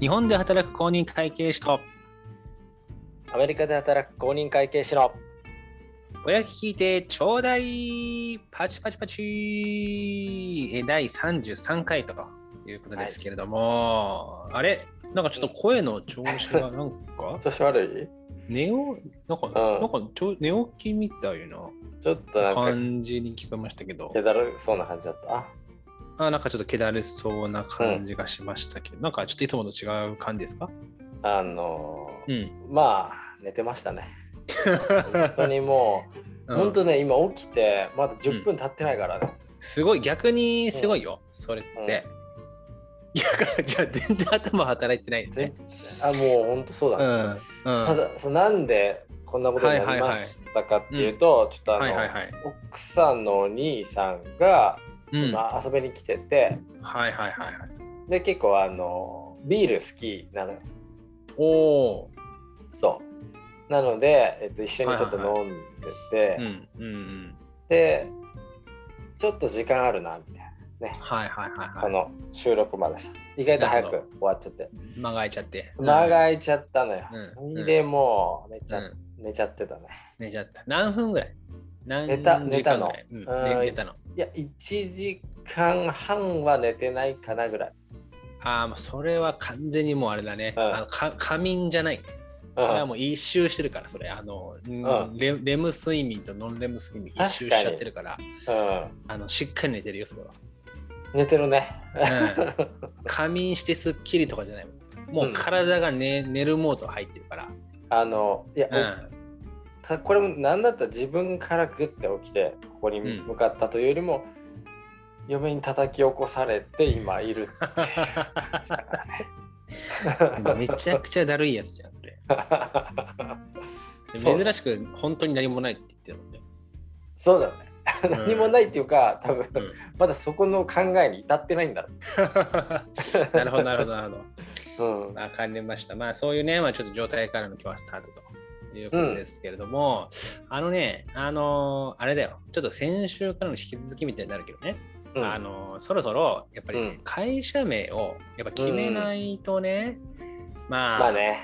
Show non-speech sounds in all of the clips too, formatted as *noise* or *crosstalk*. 日本で働く公認会計士とアメリカで働く公認会計士の親聞いてちょうだいパチパチパチえ第33回ということですけれども、あれなんかちょっと声の調子がなんか調子悪 *laughs* 寝おなんか、うんなんかちょ寝起きみたいないちょっとなんか感じに聞こえましたけど気だるそうな感じだったああなんかちょっと気だるそうな感じがしましたけど、なんかちょっといつもと違う感じですかあのうーんまあ寝てまし *laughs* たね本当にもう、本当ね今起きてまだ10分経ってないからね、すごい逆にすごいよ、それって、いやじゃあ全然頭働いてないですね全あもう本当そうだうんね、うんただそうなんでこんなことになりましたかっていうと、ちょっとあの、はいはいはい奥さんのお兄さんがうんはい今遊びに来てて、はいはいはいで結構あのビール好きなのよおおそうなので、えっと、一緒にちょっとはいはい飲んでて、ーうんうんうんでちょっと時間あるなみたいなね、はいはいはいこはの収録までさ意外と早くな終るわっちゃってい間が空いちゃって間がい空いちゃったのよ、うんそれでもう寝ちうゃ,、ん寝ちゃってたね寝ちゃった何分ぐらい何寝た時間ぐらい寝うんたのうんね寝たのいや1時間半は寝てないかなぐらい、ああもうそれは完全にもうあれだね、うんあのか仮眠じゃないうんそれはもう一周してるからそれあの、んレレム睡眠とノンレム睡眠一周しちゃってるからうんあのしっかり寝てるよそれは寝てるね仮眠してすっきりとかじゃないもんもううん体が、ね寝るモード入ってるから、 *laughs* あのいや、うたこれも何だったら自分からグッて起きてここにうん向かったというよりも、嫁に叩き起こされて今いるん、めちゃくちゃだるいやつじゃんそれでそう珍しく本当に何もないって言ってるもんね、そうだねうん何もないっていうか多分、うんまだそこの考えに至ってないんだろなるほどなるほどなるほどう、うん、わかりました。まあそういうね、まあ、ちょっと状態からの今日はスタートということですけれども、あのね、あのーあれだよ、ちょっと先週からの引き続きみたいになるけどね、うんあのーそろそろやっぱりね、うん会社名をやっぱ決めないとね、まあ、まあね、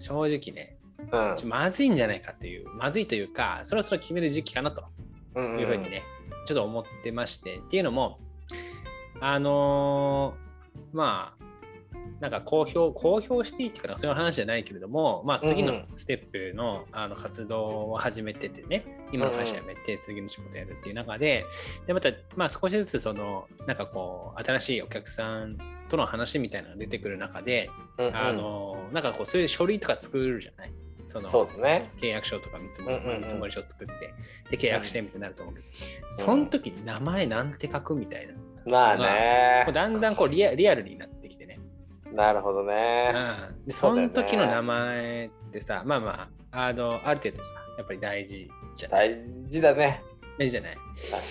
正直ね、うんちょまずいんじゃないかという、まずいというか、そろそろ決める時期かなとうんいうふうにね、ちょっと思ってまして、っていうのも、あのーまあ、なんか公表、公表していいっていうかな、そういう話じゃないけれども、まあ、次うのんステップの,、あの活動を始めててね、今の会社辞めて、次の仕事やるっていう中で、でまた、まあ、少しずつ、その、なんかこう、新しいお客さんとの話みたいなのが出てくる中で、うんうんあのーなんかこう、そういう書類とか作るじゃない。そのそうだね契約書とか見積もり,、うんうんうん見積もり書作ってで契約してみたいになると思うけど、その時に名前なんて書くみたいな、もまあねうだんだんこうリアリアルになってきてね、なるほどねうん、でそうそだのよね時の名前ってさ、まあまああのある程度さやっぱり大事じゃない大事だね大事じゃない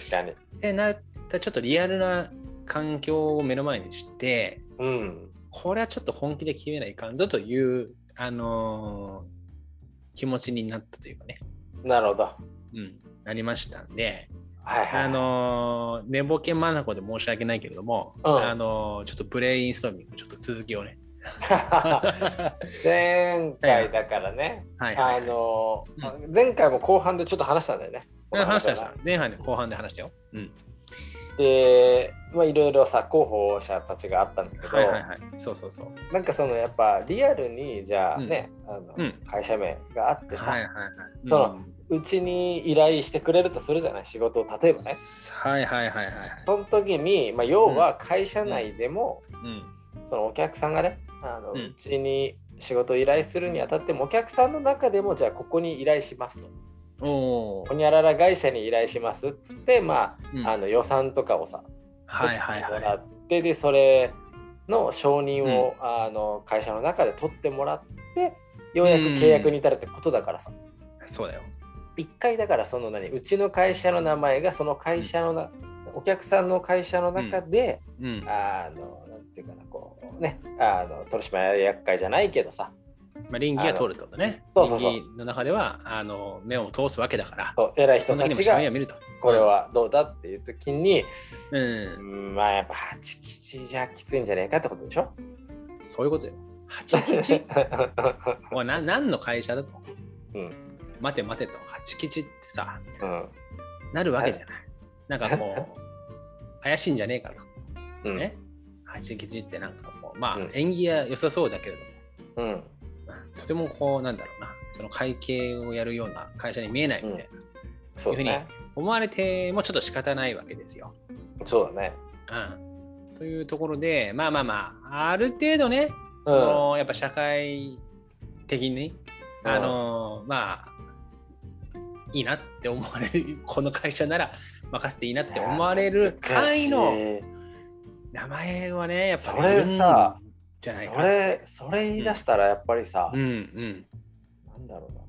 確かにでなったちょっとリアルな環境を目の前にしてうんこれはちょっと本気で決めないかんぞというあのー気持ちになったというかね、なるほどはうん、なりましたんで、いはいあ *laughs* のー寝ぼけ眼で申し訳ないけれども、うんあのーちょっとブレインストーミング、ちょっと続きを *laughs* ね。前回だからね、はいはい、あのー前回も後半でちょっと話したんだよね。うん話した話した。前半で後半で話したよ。うん。で、まあ、いろいろさ候補者たちがあったんだけど、はいはいはい。そうそうそう。なんかそのやっぱリアルにじゃあね、あのうん会社名があってさ、はいはいはい。そのうちに依頼してくれるとするじゃない仕事を例えばね。うんはいはいはいはいはい。その時に、まあ、要は会社内でも、うん。そのお客さんがねあの、ううんちに仕事を依頼するにあたってもお客さんの中でもじゃあここに依頼しますと。おおほ。にゃらら会社に依頼しますっつって、まあうんあの予算とかをさ、はいはい取ってはもらい。ってでそれの承認を、あの会社の中で取ってもらってようやく契約に至るってことだからさ、そうだよ。一回だからその何うちの会社の名前がその会社のな、お客さんの会社の中で、うん。あのなんていうかなこうねあの取締役会じゃないけどさまあ、倫理が通るってことね。あのそうそうそう倫理の中では、あの、目を通すわけだから、そう偉いそ人の時たにもち社が名を見ると。これはどうだっていう時に、うん。うんまあやっぱ八吉じゃきついんじゃねえかってことでしょ *laughs* そういうことよ。八吉おいな何の会社だと、うん待て待てと八吉ってさ *laughs* うんなるわけじゃない、なんかこう *laughs* 怪しいんじゃねえかと、うんね八吉ってなんかこうまあ、うん縁起は良さそうだけれどもううんんとてもこうなんだろうなその会計をやるような会社に見えないみたいな、そうだね思われてもちょっと仕方ないわけですよ。そうだねうん、というところでまあまあまあある程度ねその、やっぱ社会的にうんあの、まあいいなって思われる *laughs* この会社なら任せていいなって思われる範囲の名前はねやっぱそれさうんじゃないかそれそれ言い出したらやっぱりさ、うんうんなんだろうな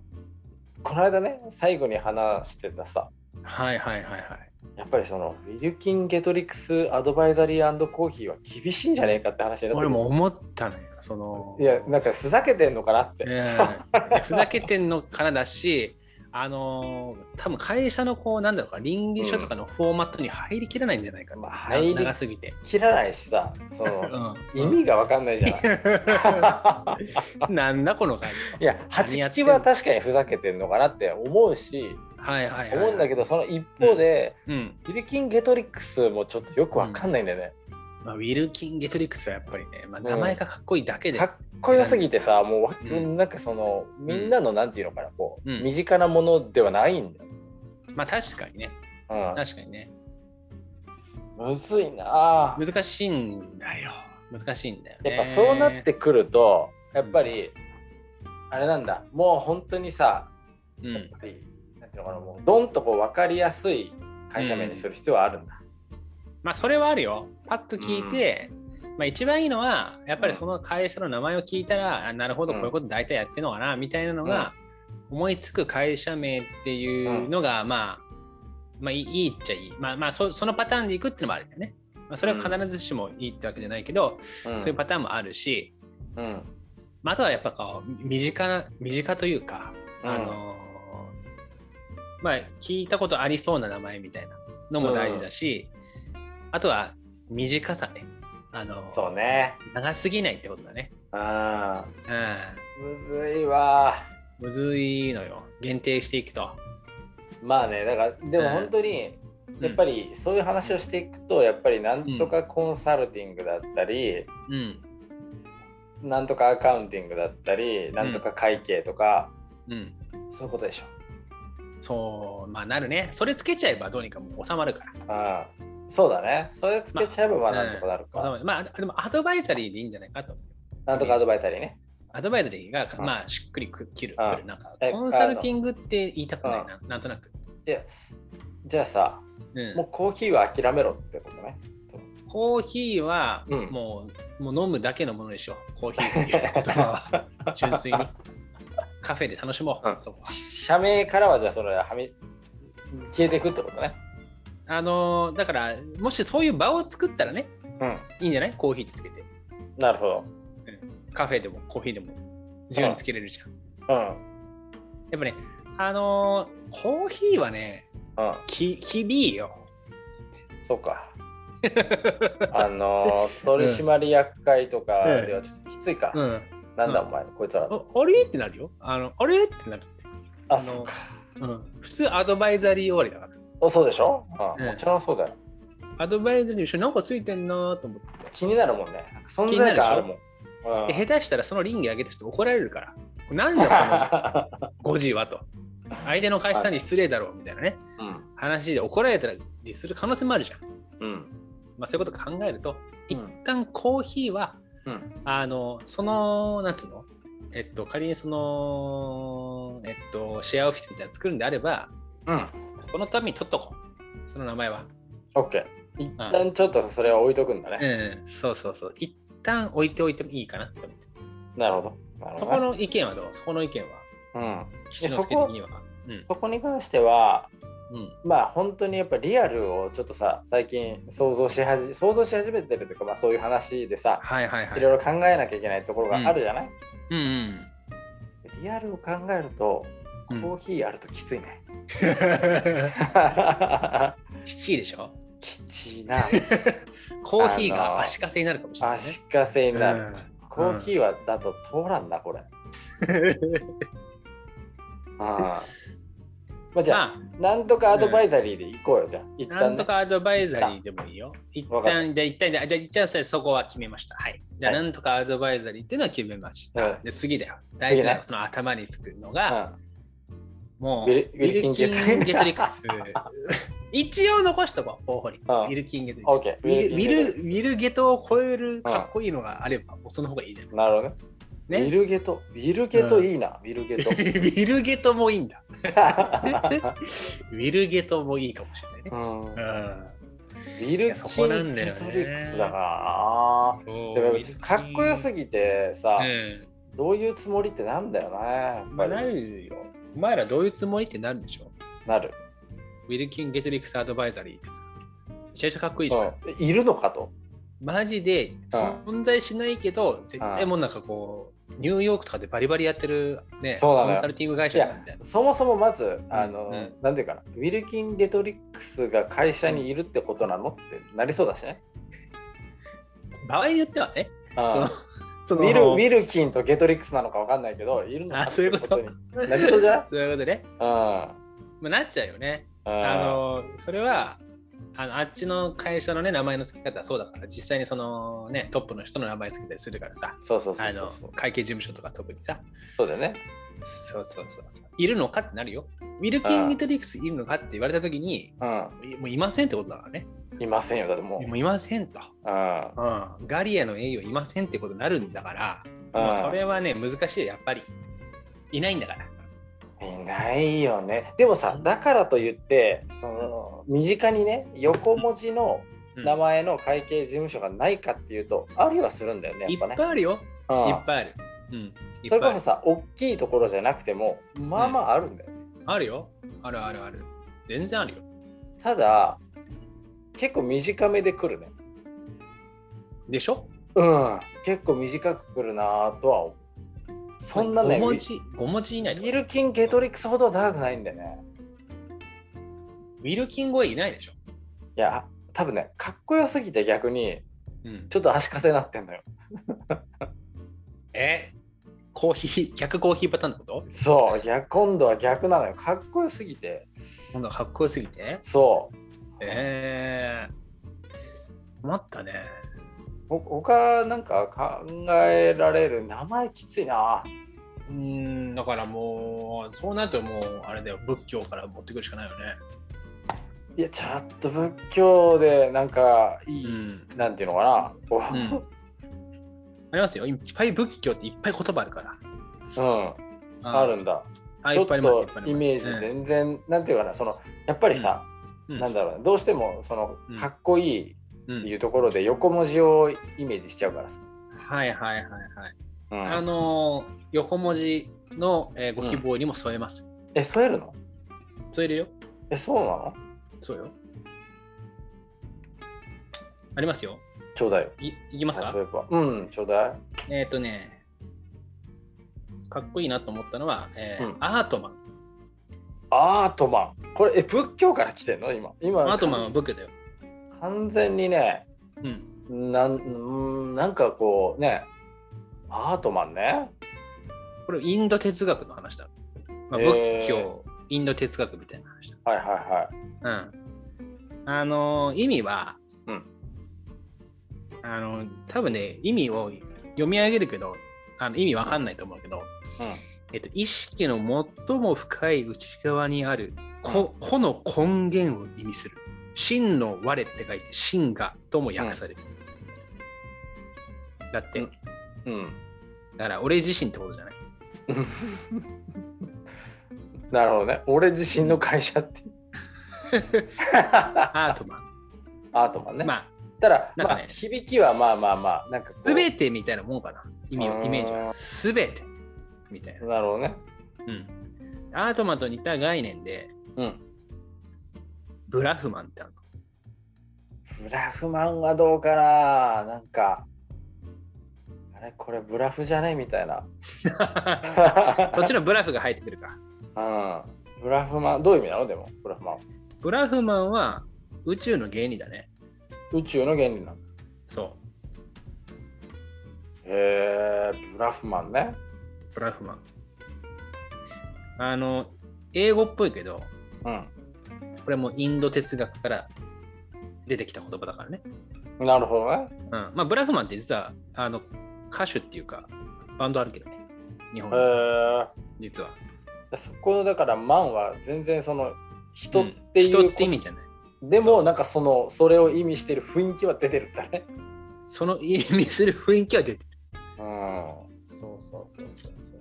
この間ね最後に話してたさはいはいはいはい。やっぱりそのウィルキン・ゲトリクス・アドバイザリーコーヒーは厳しいんじゃねえかって話にな俺ってくるも思ったのよ、その。いやなんかふざけてんのかなって、ええふざけてんのからだし、あのー多分会社のこう、なんだろうか、倫理書とかのフォーマットに入りきらないんじゃないかな、まあ入り長すぎて。切らないしさその意味がわかんないじゃない、うん、 *laughs* なんだこの会社。いや八吉は確かにふざけてんのかなって思うしはいはい、はい。思うんだけどその一方で、うんウィルキン・ゲトリクスもちょっとよくわかんないんだよね、まあ、ウィルキン・ゲトリックスはやっぱりね、まあ、名前がかっこいいだけで、かっこよすぎてさもうわ、うんなんかそのみんなのなんていうのかなこう、うん身近なものではないんだよ、まあ確かにね、う確かにね、ん、むずいなあ難しいんだよ。難しいんだよ、ね。やっぱそうなってくるとやっぱりあれなんだもう本当にさうん、やっぱり、なんていうのかなもうドンとこう分かりやすい会社名にする必要はあるんだ、まあそれはあるよ。パッと聞いて、まあ一番いいのは、やっぱりその会社の名前を聞いたら、あなるほど、うんこういうこと大体やってるのかな、みたいなのが、思いつく会社名っていうのが、まあ、まあいいいいっちゃいい。まあまあそ、そのパターンでいくっていうのもあるよね。まあ、それは必ずしもいいってわけじゃないけど、うんそういうパターンもあるし、うんまあ、あとはやっぱこう、身近な、身近というか、うんあのーまあ聞いたことありそうな名前みたいなのも大事だし、あとは短さねあのーそうね長すぎないってことだねあうむずいわんむずいのよ限定していくとまあねだからでも本当に、やっぱりりそういう話をしていくとやっぱりなんとかコンサルティングだったり、うんなんとかアカウンティングだったりなんとか会計とか、うんそういうことでしょそうまあなるねそれつけちゃえばどうにかもう収まるからうんそうだね。それつけちゃえばまあなんとかなるか。収まるまあでもアドバイザリーでいいんじゃないかと思うなんとかアドバイザリーね。アドバイザリーが、うんまあしっくりく切る、うんくるなんかえコンサルティングって言いたくないな、なんとなく、じゃあさ、うん、もうコーヒーは諦めろってことね。コーヒーはうんもう,、もう飲むだけのものでしょう。コーヒーっていう言葉は純 *laughs* 粋に。カフェで楽しもう、うんそこは。社名からはじゃあそれははみ消えていくってことね。あのーだから、もしそういう場を作ったらね、ういいんじゃないコーヒーってつけて。ん。なるほど。カフェでもコーヒーでも自由につけれるじゃん。うん。やっぱね、あのーコーヒーはね、うん。き、きびいよ。そうか。 *laughs* あのー取締役会とかではちょっときついか。うん。なんだうんお前、こいつら。おあれってなるよ。あの、あれってなるって。あ、あのそうか。うん。普通アドバイザリー終わりだから。おそうでしょ、う、うんんもちろんそうだよ。アドバイザリーに一緒になんかついてんなーと思って。気になるもんね。存在感あるもん。うんで下手したらその倫理上げた人怒られるから。なんだこの5時は *laughs* と。相手の会社さんに失礼だろうみたいなね。うん話で怒られたりする可能性もあるじゃん。うんまあ、そういうこと考えると、うん一旦コーヒーは、うんあの、その、なんつうのえっと、仮にその、えっと、シェアオフィスみたいなの作るんであれば、うん。そのために取っとこう。その名前は。オッケー。一旦ちょっとそれは置いとくんだうね。ん、そうそうそう。一旦置いておいてもいいかなって思って。なるほど。なるそほこどね、の意見はどうそこの意見はうん。吉之助的には。うん。そこに関しては、うん。まあ本当にやっぱリアルをちょっとさ、最近想像し始め、想像し始めてるというか、まあそういう話でさ、はいはいはいい。ろいろ考えなきゃいけないところがあるじゃない、うんうん。リアルを考えると、うコん *laughs* ーヒーやるときついね。 7位でしょきちいな。コーヒーが足かせになるかもしれない、ね足かせになる。うんコーヒーはだと通らんな、これ。あーまあ *laughs* じゃあ、まなんとかアドバイザリーで行こうよ、じゃあ。一あ、な旦んねとかアドバイザリーでもいいよ。一わかっ旦、で、一旦、じゃあ、じゃあ一旦それそこは決めました。はい。じゃあ、はいなんとかアドバイザリーっていうのは決めました。はいで、次だよ。大事なの次はねその頭につくのが、うもう、ウィルウィルキンゲトリックスウィルキンゲトリック *laughs* ス。一応残しとこう、候補に。ウん。ィルキンゲトリオッックケス。ー。ウィルウィルルウィルゲトを超えるかっこいいのがあれば、もうその方がいいね。なるほどね。ウィね。ルゲト。ウィルゲトいいな、ウィルゲ *laughs* トウ。ィルゲトもいいんだ。ウィルゲトもいいかもしれないねう。んうんウィルそキこなン・んだゲよねトリックスだからな。でもやっぱかっこよすぎぎてさ、うんどういうつもりってなんだよな、やっまぱあ、なり。るよ。お前らどういうつもりってなるでしょなる。ウィルキン・ゲトリックス・アドバイザリーってさ。めちゃめちゃかっこいいじゃん。うんいるのかと。マジで存在しないけど、絶対もうなんかこう、ニューヨークとかでバリバリやってるね、そうなのよコンサルティング会社さんみたいな。そもそもまず、あの、うんなんていうかな、ウィルキン・ゲトリックスが会社にいるってことなのってなりそうだしね。場合によってはね、うんそウィルウィルキンとゲトリックスなのかわかんないけど、いるのかあそういうことってになりそうじゃな *laughs* いそういうことね。まあ、なっちゃうよね。うんうんあのそれはあのあっちの会社の、ね、名前の付け方はそうだから実際にその、ね、トップの人の名前付けたりするからさそうそうそあうそのうそう。会計事務所とか特にさそうだよね。そうそうそうそういるのかってなるよウィルキン・ミトリックスいるのかって言われた時にうん。いもういませんってことだからねいませんよ、だってもう。もういませんと、うんうん、ガリアの栄誉いませんってことになるんだから、もうそれはね難しいよやっぱりいないんだからいないよね。でもさ、だからといって、その身近にね、横文字のうん名前の会計事務所がないかっていうと、あるはするんだよね、いやっっぱぱい。ねあるよ、うんいっぱいある、うん、いっそぱいれこあそるさ、大きいところじゃなくても、まあまああるんだよね。あるよあるあるある全然あるよただ、結構短めで来るね。でしょうん、結構短く来るなぁとは思う。そんなね、 5文ウ字 ,5 文字以内とかィルキン・ゲトリックスほど長くないんだよね。ウィルキン語はいないでしょ。いや、多分ね、かっこよすぎて逆に、うんちょっと足かせになってんだよ。えコーヒー、逆コーヒーパターンのことそう、逆今度は逆なのよ。かっこよすぎて。今度はかっこよすぎて。そう。えー、困ったね。ほ他なんか考えられる名前きついな。うーん、だからもう、そうなるともう、あれだよ、仏教から持ってくるしかないよね。いや、ちょっと仏教でなんかいい、ん。なんていうのかな。こうう、ん、ありますよ、いっぱい仏教っていっぱい言葉あるから。うん、あるんだ。あちいょっっぱいあります、いっぱいあとりイます。メージ全然、なんていうかな、そのやっぱりさ、うん、なんだろうね、どうしてもそのうんかっこいいっうん、ていうところで横文字をイメージしちゃうからさ。はいはいはいはい。うんあのー横文字の、えーご希望にも添えます。え、添えるの添えるよ。え、そうなのそうよ。ありますよ。ちょうだいよ。いいきますか例えば。うん、ちょうだい。えっ、とね、かっこいいなと思ったのは、えーうんアートマン。アートマン。これ、え、仏教から来てんの今。今、アートマンは仏教だよ。完全にね、うん。なん、うーんなんかこうね、アートマンね。これ、インド哲学の話だ。まあ、へー仏教、インド哲学みたいな話はいはいはい。だ。うん。あのー意味は、うんあのー多分ね、意味を読み上げるけど、あの意味わかんないと思うけど、えっと、意識の最も深い内側にある個個の根源を意味する。真の我って書いて真がとも訳される。だって、うんうん。うん。だから俺自身ってことじゃない。なるほどね。俺自身の会 *laughs* 社って。アートマン。アートマンね。まあ、ただ、なんかまあ、ね響きはまあまあまあ、なんかこうすべてみたいなもんかな。意味うーんイメージは。すべてみたいな。なるほどね。うん。アートマンと似た概念で、うん。ブラフマンってあるの。ブラフマンはどうかななんか、あれこれブラフじゃねみたいな。 *laughs* そっちのブラフが入ってくるか。 *laughs* うん。ブラフマン、どういう意味なのでも、ブラフマン。ブラフマンは宇宙の原理だね。宇宙の原理なの。そう。へへえ、ブラフマンね。ブラフマン。あの、英語っぽいけど、うこれもインド哲学から出てきた言葉だからね。ん。なるほどね。うん。まあ、ブラフマンって実は、あの、歌手っていうか、バンドあるけどね。日本へに、え。実は。そこのだから「マン」は全然その人っうてんいう、人って意味じゃない。でそうそもうなんかそのそれを意味してる雰囲気は出てるんだね。その意味する雰囲気は出てる。うん、そうそうそうそうそう。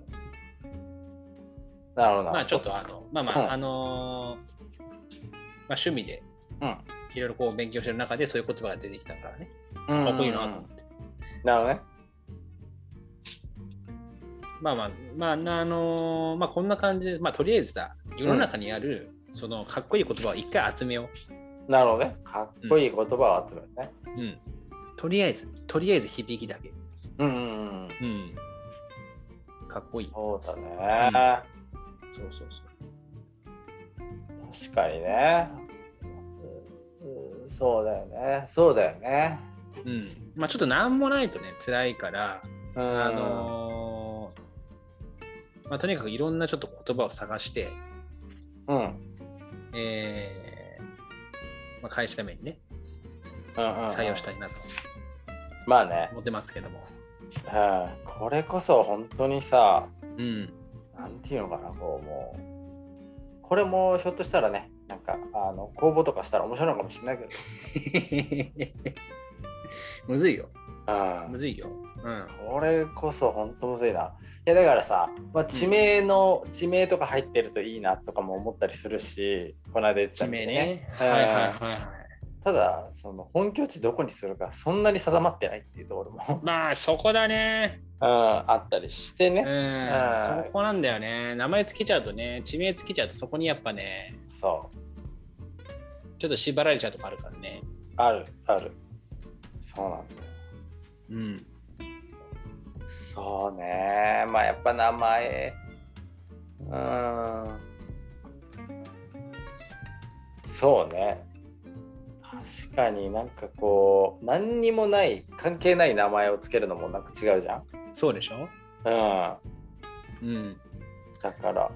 なるほどなまあちょっとあの、まあまあ、うんあのーまあ趣味でうん、いろいろこう勉強してる中でそういう言葉が出てきたからね。うんかっこいいなと思って。なるほどね。まあまあ、まあ、あのーまあこんな感じで、まあとりあえずさ、世の中にある、そのかっこいい言葉を一回集めよなるほどね。かっこいい言葉を集めるね。う。うん。とりあえず、とりあえず響きだけ。うん、うんうん、うん。かっこいい。そうだね、そうそうそう。確かにね。うんうんそうだよね。そうだよね。うん。まあちょっとなんもないとね、辛いから、うん、あのーまあ、とにかくいろんなちょっと言葉を探して、うん、うんえーまあ、会社名にね、うんうん、採用したいなとまあね、思ってますけども。うん、これこそ本当にさ *laughs* うん。なんていうのかな、こう、もう、これもひょっとしたらね、なんか、あの、公募とかしたら面白いのかもしれないけど、むずいよ。うむん、ずいよ。うん。これこそ本当むずいな。いや、だからさ、まあ、地名の、地名とか入ってるといいなとかも思ったりするし、この間言ってた地みた名いね。うんはいはいはいはい。ただ、その、本拠地どこにするか、そんなに定まってないっていうところも、まあそこだね。うん、あったりしてうんね。。んそこなんだよね。名前つけちゃうとね、地名つけちゃうとそこにやっぱね、そう、ちょっと縛られちゃうとこあるからね。ある、ある。そうなんだよ。うん。そうねまあやっぱ名前うんそうね確かになんかこう何にもない関係ない名前をつけるのもなんか違うじゃんそうでしょうんうん。だから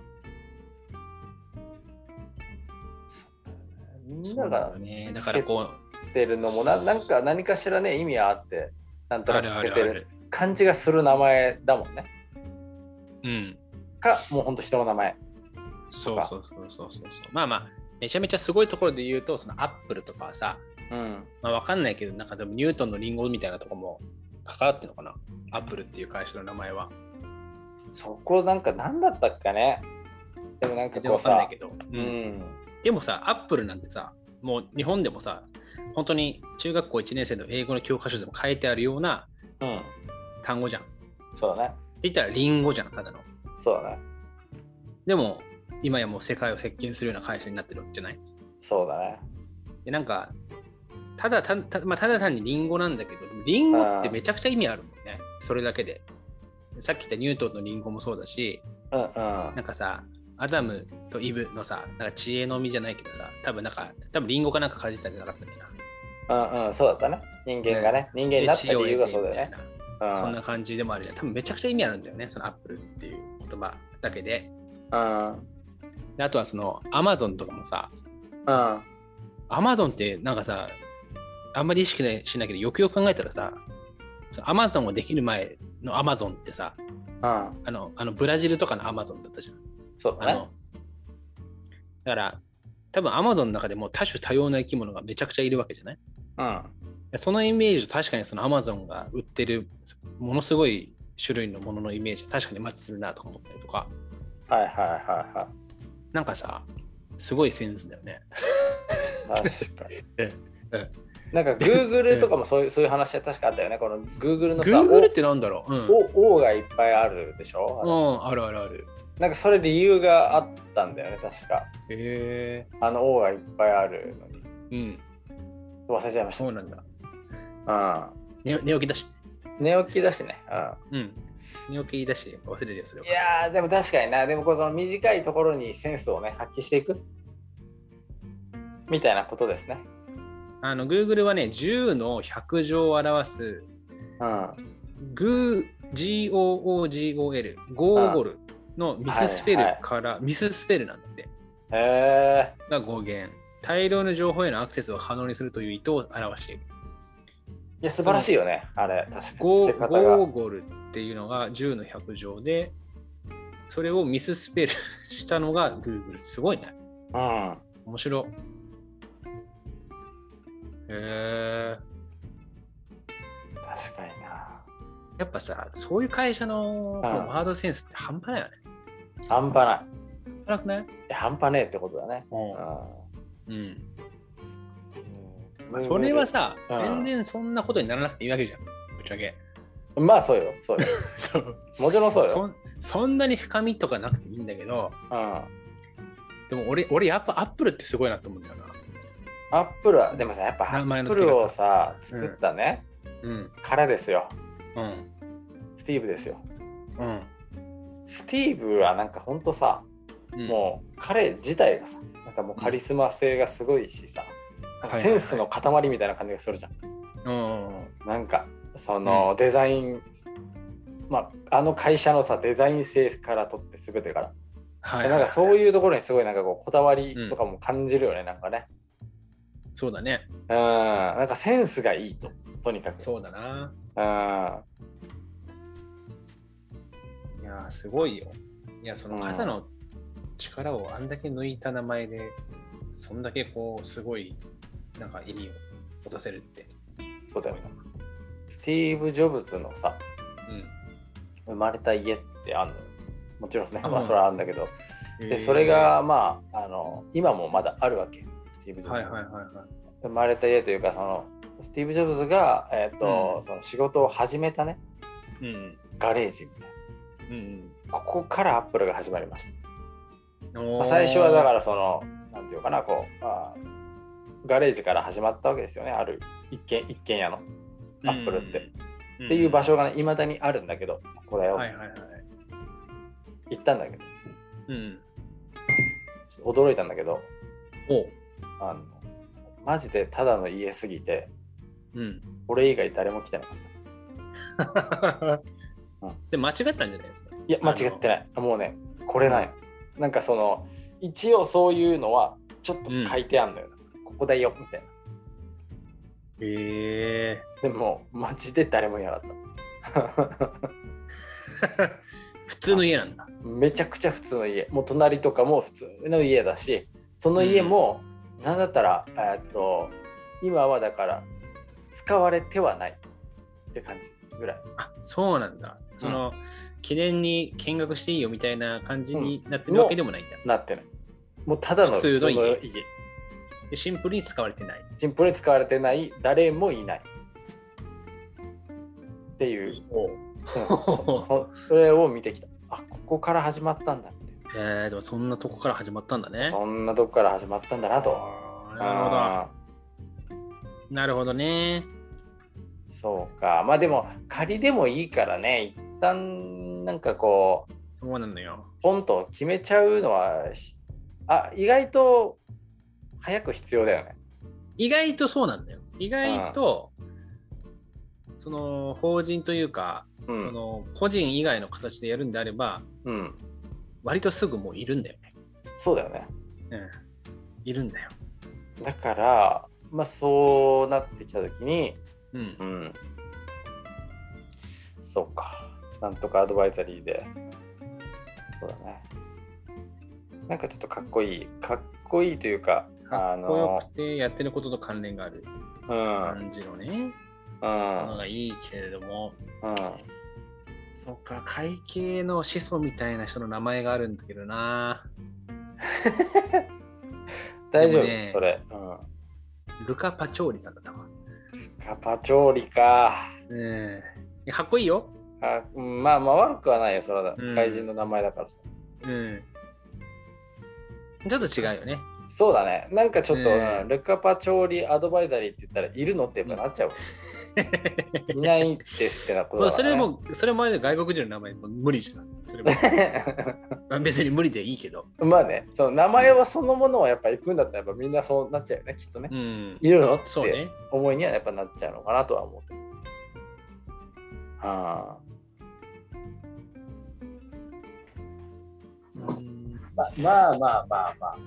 みんながそうだね。だからこつけてるのもななんか何かしらね意味はあってなんう、とあなるくあつけるあてるる。感じがする名前だもんねうん。かもうほんと人の名前そうそうそうそうそうそう。まあまあ、めちゃめちゃすごいところで言うと、そのアップルとかはさ、うんまあ、わかんないけど、なんかでもニュートンのリンゴみたいなとこも関わってるのかな。アップルっていう会社の名前は。そこなんか何だったっけねでもなんか全然こうわかんなさいけど。ううんんでもさ、アップルなんてさ、もう日本でもさ、本当に中学校1年生の英語の教科書でも書いてあるようなうん単語じゃん。ってそうだね言ったらリンゴじゃん、ただの。そうだねでも、今やもう世界を席巻するような会社になってるじゃないそうだねでなんかただたた,、まあ、ただ単にリンゴなんだけどでもリンゴってめちゃくちゃ意味あるもんねそれだけでさっき言ったニュートンのリンゴもそうだしうんうんなんかさアダムとイブのさなんか知恵の実じゃないけどさ多分なんか多分リンゴかなんかかじったんじゃなかったっけなうんうんそうだったね人間がね人間になった理由がそうだよねで知恵を得てみたいなうんそんな感じでもあるじゃん多分めちゃくちゃ意味あるんだよねそのアップルっていう言葉だけでうんであとはそのアマゾンとかもさうんアマゾンってなんかさ、あんまり意識ないしないけど、よくよく考えたらさ、アマゾンができる前のアマゾンってさ、うんあの、あのブラジルとかのアマゾンだったじゃん。そうあだの、ねだから、多分アマゾンの中でも多種多様な生き物がめちゃくちゃいるわけじゃないうんそのイメージと確かにそのアマゾンが売ってる、ものすごい種類のもののイメージは確かにマッチするなとか思ったりとか、はいはいはなんかさ、すごいセンスだよね。いはい確かに *laughs* ええなんか Google とかもそういうそういう話は確かあったよねこの Google のさ Google ってなんだろううん。おお王がいっぱいあるでしょうあのん、あるあるある。なんかそれ理由があったんだよね確かへあの王がいっぱいあるのにえうん。忘れちゃいましそうなんだ。た。寝寝起きだし。うん、寝起きだしね。うん。寝起きだし、忘れるよ、それうん、。はいやーでも確かにな、でもこうその短いところにセンスをね、発揮していくみたいなことですね。あの、Google はね、10の100乗を表すうん。グー GOOGOL、ゴーゴルのミススペルから、ミススペルなんで、へえ。が語源。大量の情報へのアクセスを可能にするという意図を表している。いや、素晴らしいよね。あれ、確かに。ゴ付けー方がゴーゴルっていうのが10の100乗で、それをミススペルしたのが Google。すごいね。うん。面白。へえ確かにな。やっぱさ、そういう会社のこのワードセンスって半端ないよね。半端ない。辛くないいや半端ねえってことだね。ううん。んまあそれは、さ、うん全然そんなことにならなくていいわけじゃん。ぶっちゃけ。まあそうよ。そうよ。そうもちろんそうよ。そんそんなに深みとかなくていいんだけど、うん。でも俺、俺やっぱアップルってすごいなと思うんだよな。アップルは、でもさ、やっぱア名前ッのプ付け方ルをさ、作ったね、うん。からですよ。うん。スティーブですよ。うん。スティーブはなんかほんとさ、うんもう彼自体がさ、なんかもうカリスマ性がすごいしさ、なんはいかはいセはいンスの塊みたいな感じがするじゃん。うん。なんかその、デザイン、まあ、あの会社のさデザイン性からとって全てから、はい。なんかそうう。いうところにすごいなんかこうこだわりとかも感じるよね、なんかねそうだね。うんなんかセンスがいいととにかくそうだな。うんいやー、すごいよ。いや、そのうん肩の力をあんだけ抜いた名前で、そんだけこう、すごい、なんか意味を持たせるって。そうだよすごいなスティーブ・ジョブズのさ生まれた家ってあんのもちろんね、あまあうんそれはあるんだけど、うん。でそれがまああの今もまだあるわけスティーブ・えジー、ョブはズいのはいはいはい。生まれた家というかそのスティーブ・ジョブズが、えーとうんその仕事を始めたねうん。ガレージみたいなうんここからアップルが始まりました。うん。まあ、最初はだからその、なんていうかな、こう、あーガレージから始まったわけですよね、ある一軒一軒家の。らアップルってうん。っていう場所。所がね、いまだにあるんだけど、これをはいはいはい。行ったんだけど、うん。ちょっと驚いたんだけど、おあのマジでただの家すぎて、 *laughs* うん。俺以外誰も来てなかった。 *laughs* それ間違ったんじゃないですかいや、間違ってない。もうね、これない。なんかその、一応そういうのは、ちょっと書いてあんのよ、ここだよ、みたいな。へえでも、マジで誰もいなかった。 *laughs* ー。 *laughs* 普通の家なんだ。めちゃくちゃ普通の家もう隣とかも普通の家だしその家も、なんだったらえーっと今はだから使われてはないって感じぐらいあそうなんだ。その、記念に見学していいよみたいな感じになってうんるわけでもないんだ。なってないもうただの普通の家普でシンプルに使われてない。シンプルに使われてない誰もいないっていう、うんそそれを見てきたあここから始まったんだみたいえー、でもそんなとこから始まったんだなね。そんなとこから始まったんだなとあーなるほど。なるうんほどね。そうか。まあでも仮でもいいからね、一旦なんかこう、そうなのよ。ポンと決めちゃうのは、しあ、意外と早く必要だよね。意外とそうなんだよ。意外と、その法人というか、うそん。の個人以外の形でやるんであれば、うん、割とすぐもういるんだよね。そうだよね。うん。いるんだよ。だから、まあそうなってきたときに、うんう。ん。そうか。なんとかアドバイザリーで。そうだね。なんかちょっとかっこいい。かっこいいというか、かあっこよの、くてやってることと関連があるうん、うん、感じのね、ものがいいけれども、うん。そうか、会計の始祖みたいな人の名前があるんだけどな。大丈夫、でもねそれ、うん。ルカ・パチョーリさんだったわ。カパチョーリか。うん。いやかっこいいよ。あうんまあまあ悪くはないよ、それはうん怪人の名前だからさ。うん。ちょっと違うよね。そうだね。なんかちょっと、ねうんルカパチョーリアドバイザリーって言ったらいるのってやっぱなっ *laughs* ちゃうわ。いないですってなこまとだあかそら、れね。も、それもあれで外国人の名前も無理じゃん。それ *laughs* もまあ別に無理でいいけど。まあね、その名前はそのものをやっぱ行くんだったらやっぱみんなそうなっちゃうよね、きっとねう。ん。いるのっそうてね。思いにはやっぱなっちゃうのかなとは思う。あうんままあまあまあまあ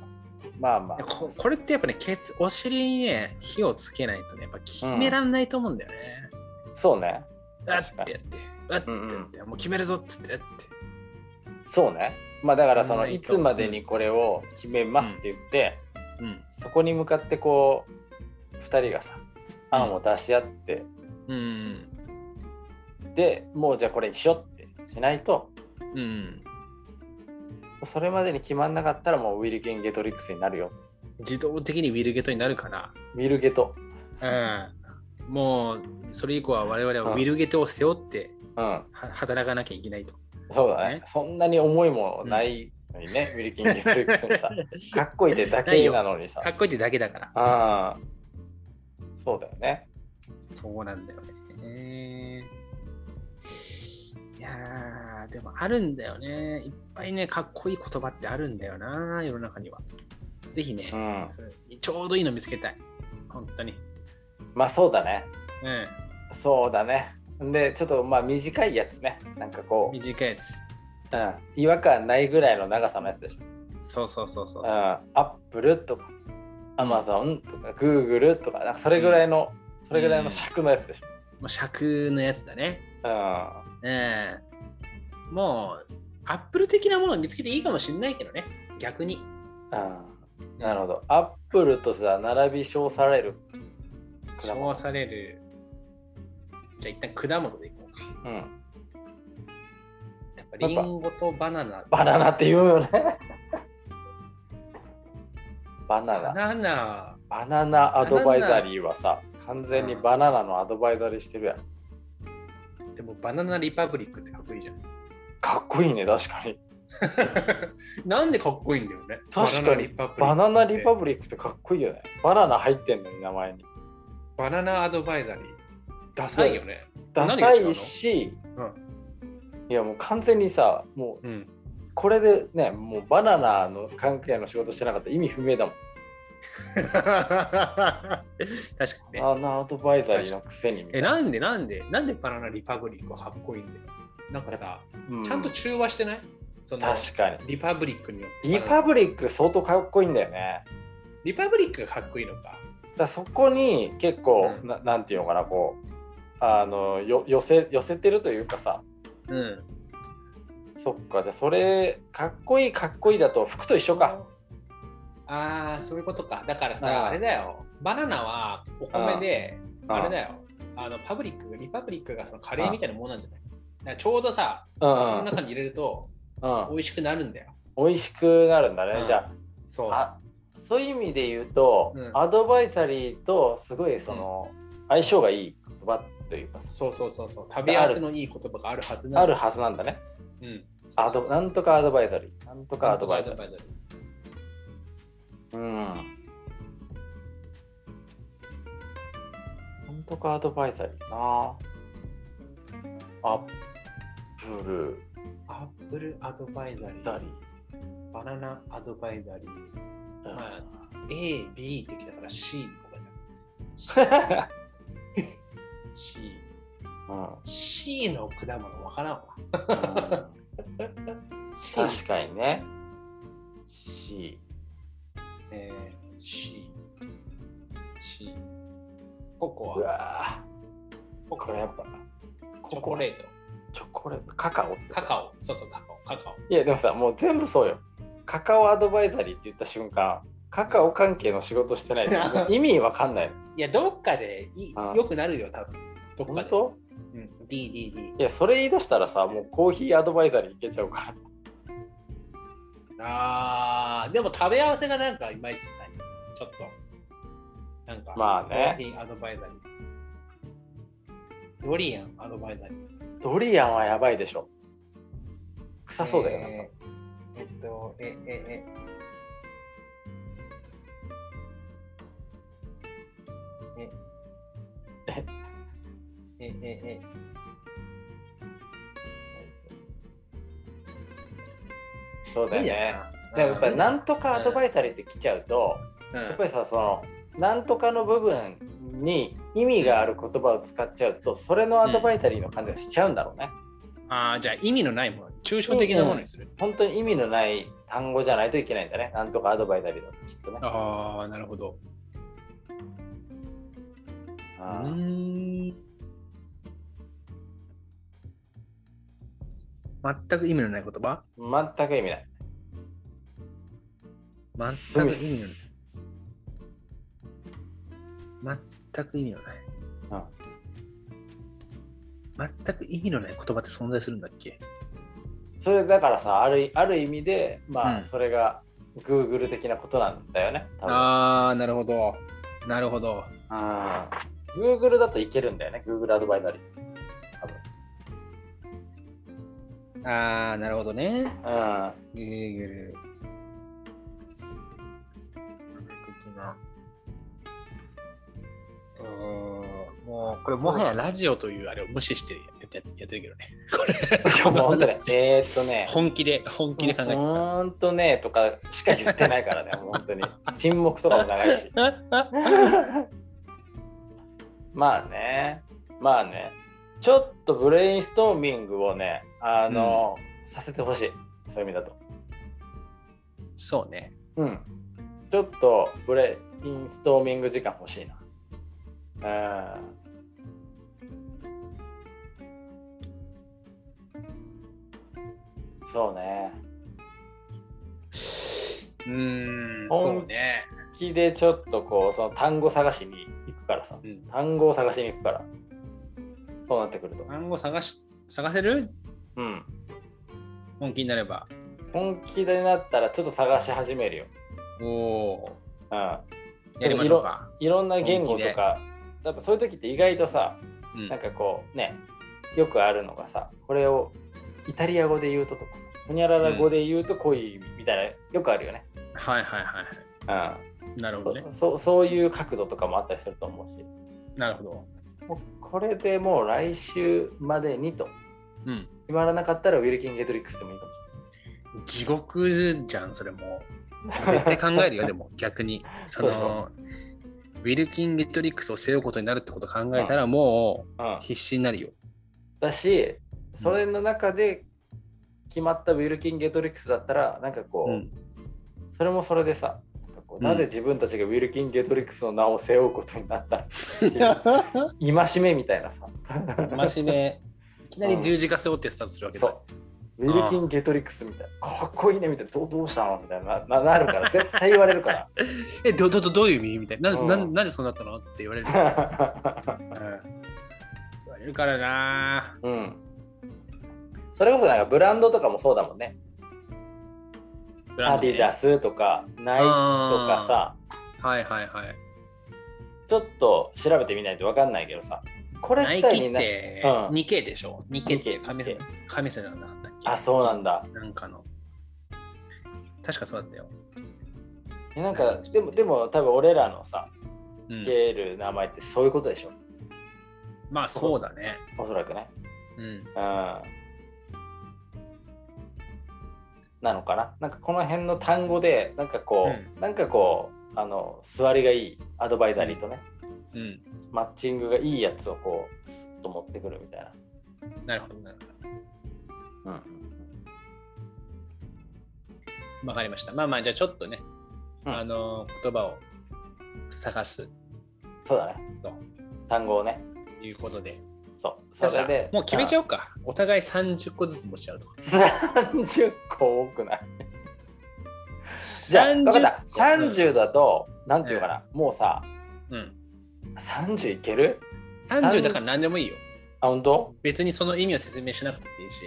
まあまあここれってやっぱねケツお尻にね火をつけないとねやっぱ決めらんないと思うんだよね、そうねあっ確かてにやってあってやって、もう決めるぞっつってやってそうねまあだからそのうんいつまでにこれを決めますって言って、うんそこに向かってこう2人がさ案を出し合って、うんでもうじゃあこれにしようってしないとうんそれまでに決まんなかったらもうウィルケン・ゲトリックスになるよ自動的にウィルゲットになるかウィルゲトら、うん、もうそれ以降は我々はウィルゲットを背負ってうんは働かなきゃいけないとそうだねねそんなに重いものないのにね、ウィルケン・ゲトリックスに *laughs* さかっこいいってだけなのにさかっこいいってだけだからああそうだよねそうなんだよねいやーでもあるんだよねいっぱいねかっこいい言葉ってあるんだよな世の中にはぜひね、うんそれちょうどいいの見つけたい本当にまあそうだねうんそうだねでちょっとまあ短いやつねなんかこう、短いやつうん、違和感ないぐらいの長さのやつでしょそうそうそうそううん、アップルとかアマゾンとかグーグルとかなんかそれぐらいの、それぐらいの尺のやつでしょ、もう尺のやつだねうん、うんもうアップル的なものを見つけていいかもしれないけどね逆にうん、なるほどアップルとさ並び称される果物称されるじゃあ一旦果物でいこうかうん、やっぱリンゴとバナナバナナって言うよねバナバナナナバナナアドバイザリーはさ完全にバナナのアドバイザリーしてるやんでもバナナリパブリックってかっこいいじゃん。 *laughs* かっこいいね確かになんでかっこいいんだよね。バナ確かナリパブリにックってバナナリパブリックってかっこいいよねバナナ入ってんのに名前にバナナアドバイザリー。ダサいよね。ダサいし、何が違ういやもう完全にさもううん。 *laughs* これでねもうバナナの関係の仕事してなかったら意味不明だもん確かにね。バナナアドバイザリーのくせにみたえ、いな、なんでなんでなんでバナナリパブリックはかっこいいんだよ。なんかさ、うちゃんと中和してないその確かにリパブリックによってリパブリック相当かっこいいんだよねリパブリックがかっこいいのか。だからそこに結構、うんななんていうのかなこうあのよ寄せ寄せてるというかさうん。そっかじゃあそれかっこいいかっこいいだと服と一緒か。ああ、そういうことか。だからあさ、ああれだよ。バナナはお米で、あれよだよ。あのパブリック、リパブリックがそのカレーみたいなものなんじゃないだからちょうどさ、うん口の中に入れるとうん美味しくなるんだよ。美味しくなるんだね、うんじゃあそう。あそういう意味で言うと、うんアドバイザリーとすごいその、相性がいい言葉というかそうそうそうそう。食べ合わせのいい言葉があるはずなあんだるはずなんだねうん。アドなんとかアドバイザリーなんとかアアドドババイイザザリリー。ーうんなんとかアドバイザリーなアップルアップルアドバイザリだー。り、バナナアドバイザリうんまー。A、B ってきたから C に行こうかな *laughs* C。うん、 C の果物わからんわ。C。確かにね C えー、C。C。ココうア。わコーこコれやアっ。ぱチョコレート。チョコレートカカオってカカオ。そうそう、カカオ。カカオ。いやでもさもう全部そうよカカオアドバイザリーって言った瞬間カカオ関係の仕事してない *laughs* 意味わかんないいや、どっかでいあよくなるよ、多分。どっか本で。当うん、D、D、D。いやそれ言い出したらさもうコーヒーアドバイザリーいけちゃうから *laughs* あー、でも食べ合わせがなんかいまいちない。ちょっと。なんか、まあねコーヒーアドバイザリー。ドリアンアドバイザリー。ドリアンはやばいでしょ臭そうだよ、なんかえーえっと、え、え、え。え。え、え、え、え。 *laughs* そうだよねいいでんもやっぱりなうんんとかアドバイザリーって来ちゃうと、うんやっぱりさそのなんとかの部分に意味がある言葉を使っちゃうとそれのアドバイザリーの感じがしちゃうんだろうね、ああ、じゃあ意味のないもの、抽象的なものにする。本当に意味のない単語じゃないといけないんだねなんとかアドバイザリーだときっとねああ、なるほど。うあーーん全く意味のない言葉全く意味ない全く意味のない。全く意味のない。全く意味のない言葉って存在するんだっけそれだからさあるある意味でうまあんそれが Google 的なことなんだよね多分ああ、なるほど。なるほど。うん Google だといけるんだよね Google アドバイザリああ、なるほどね。 *laughs* ー、うん、ぐるぐる。うーんもうこれもはやラジオというあれを無視してやってやってるけどね。いやもう本当ねえーっとね *laughs* 本気で本気で考えてうーんとねとかしか言ってないか *laughs* らねもう本当に沈黙とかも長いしまあねまあねちょっとブレインストーミングをねあの、させてほしいそういう意味だとそうね。うんちょっとブレインストーミング時間欲しいなうんそうねうーん、本そうね。気でちょっとこうその単語探しに行くからさうん単語を探しに行くからそうなってくると単語探し探せるうん本気になれば。本気でなったらちょっと探し始めるよ、おおうん、ー、やりましょうか。いろんな言語とかやっぱそういう時って意外とさうんなんかこうねよくあるのがさこれをイタリア語で言うととかさほにゃらら語で言うとこういう意味みたいなよくあるよね、はいはいはいはうんい。なるほどね。そそういう角度とかもあったりすると思うしなるほど。もうこれでもう来週までにとうん。決まらなかったらウィルキン・ゲトリックスでもいいかも地獄じゃん、それもう。しれない絶対考えるよ、 *laughs* でも逆に。そのそうそウィルキン・ゲトリックスを背負うことになるってことを考えたら、もうんう、必死になるよ。だしそれの中で決まったウィルキン・ゲトリックスだったらなんかこう、 *laughs* うん、それもそれでさなんかこううんなぜ自分たちがウィルキン・ゲトリックスの名を背負うことになった *laughs* 戒めみたいなさ真面目。いきなり十字架背負ってスタートするわけだ。そうウィルキン・ゲトリックスみたいなかっこいいねみたいなどうどうしたのみたいなななるから絶対言われるからえ、どどどどういう意味みたいな。な,、ん、なうんんなんでそうなったのって言われる。 *laughs* 言われるからな。うんそれこそなんかブランドとかもそうだもんねブランアドデねィダスとかナイキとかさはいはいはい。ちょっと調べてみないと分かんないけどさこれナ自イ体キにっなてうん 2K でしょ ?2K って神 2K 様神様なんだったっけあそうなんだなんかの。確かそうだったよ。えなんかでもでも多分俺らのさうつんける名前ってそういうことでしょ、まあそうだね。おそらくねうん。うんなのかななんかこの辺の単語でなんかこう、なんかこうあの座りがいいアドバイザリーとね、うん。マッチングがいいやつをこうスッと持ってくるみたいなるほど、なるほな、ど。わかりました。まあまあ、じゃあちょっとね、うんあのー、言葉を探すそうだねそう単語をねということで。そうそれでもう決めちゃおうおうか。お互い30個ずつ持ち合うと。 30個多くないじじゃあ分かった30 30だと、なんていうかな、もうさ個。うん。 30いける30だから何でもいいよ。あ本当別にその意味を説明しなくていいし。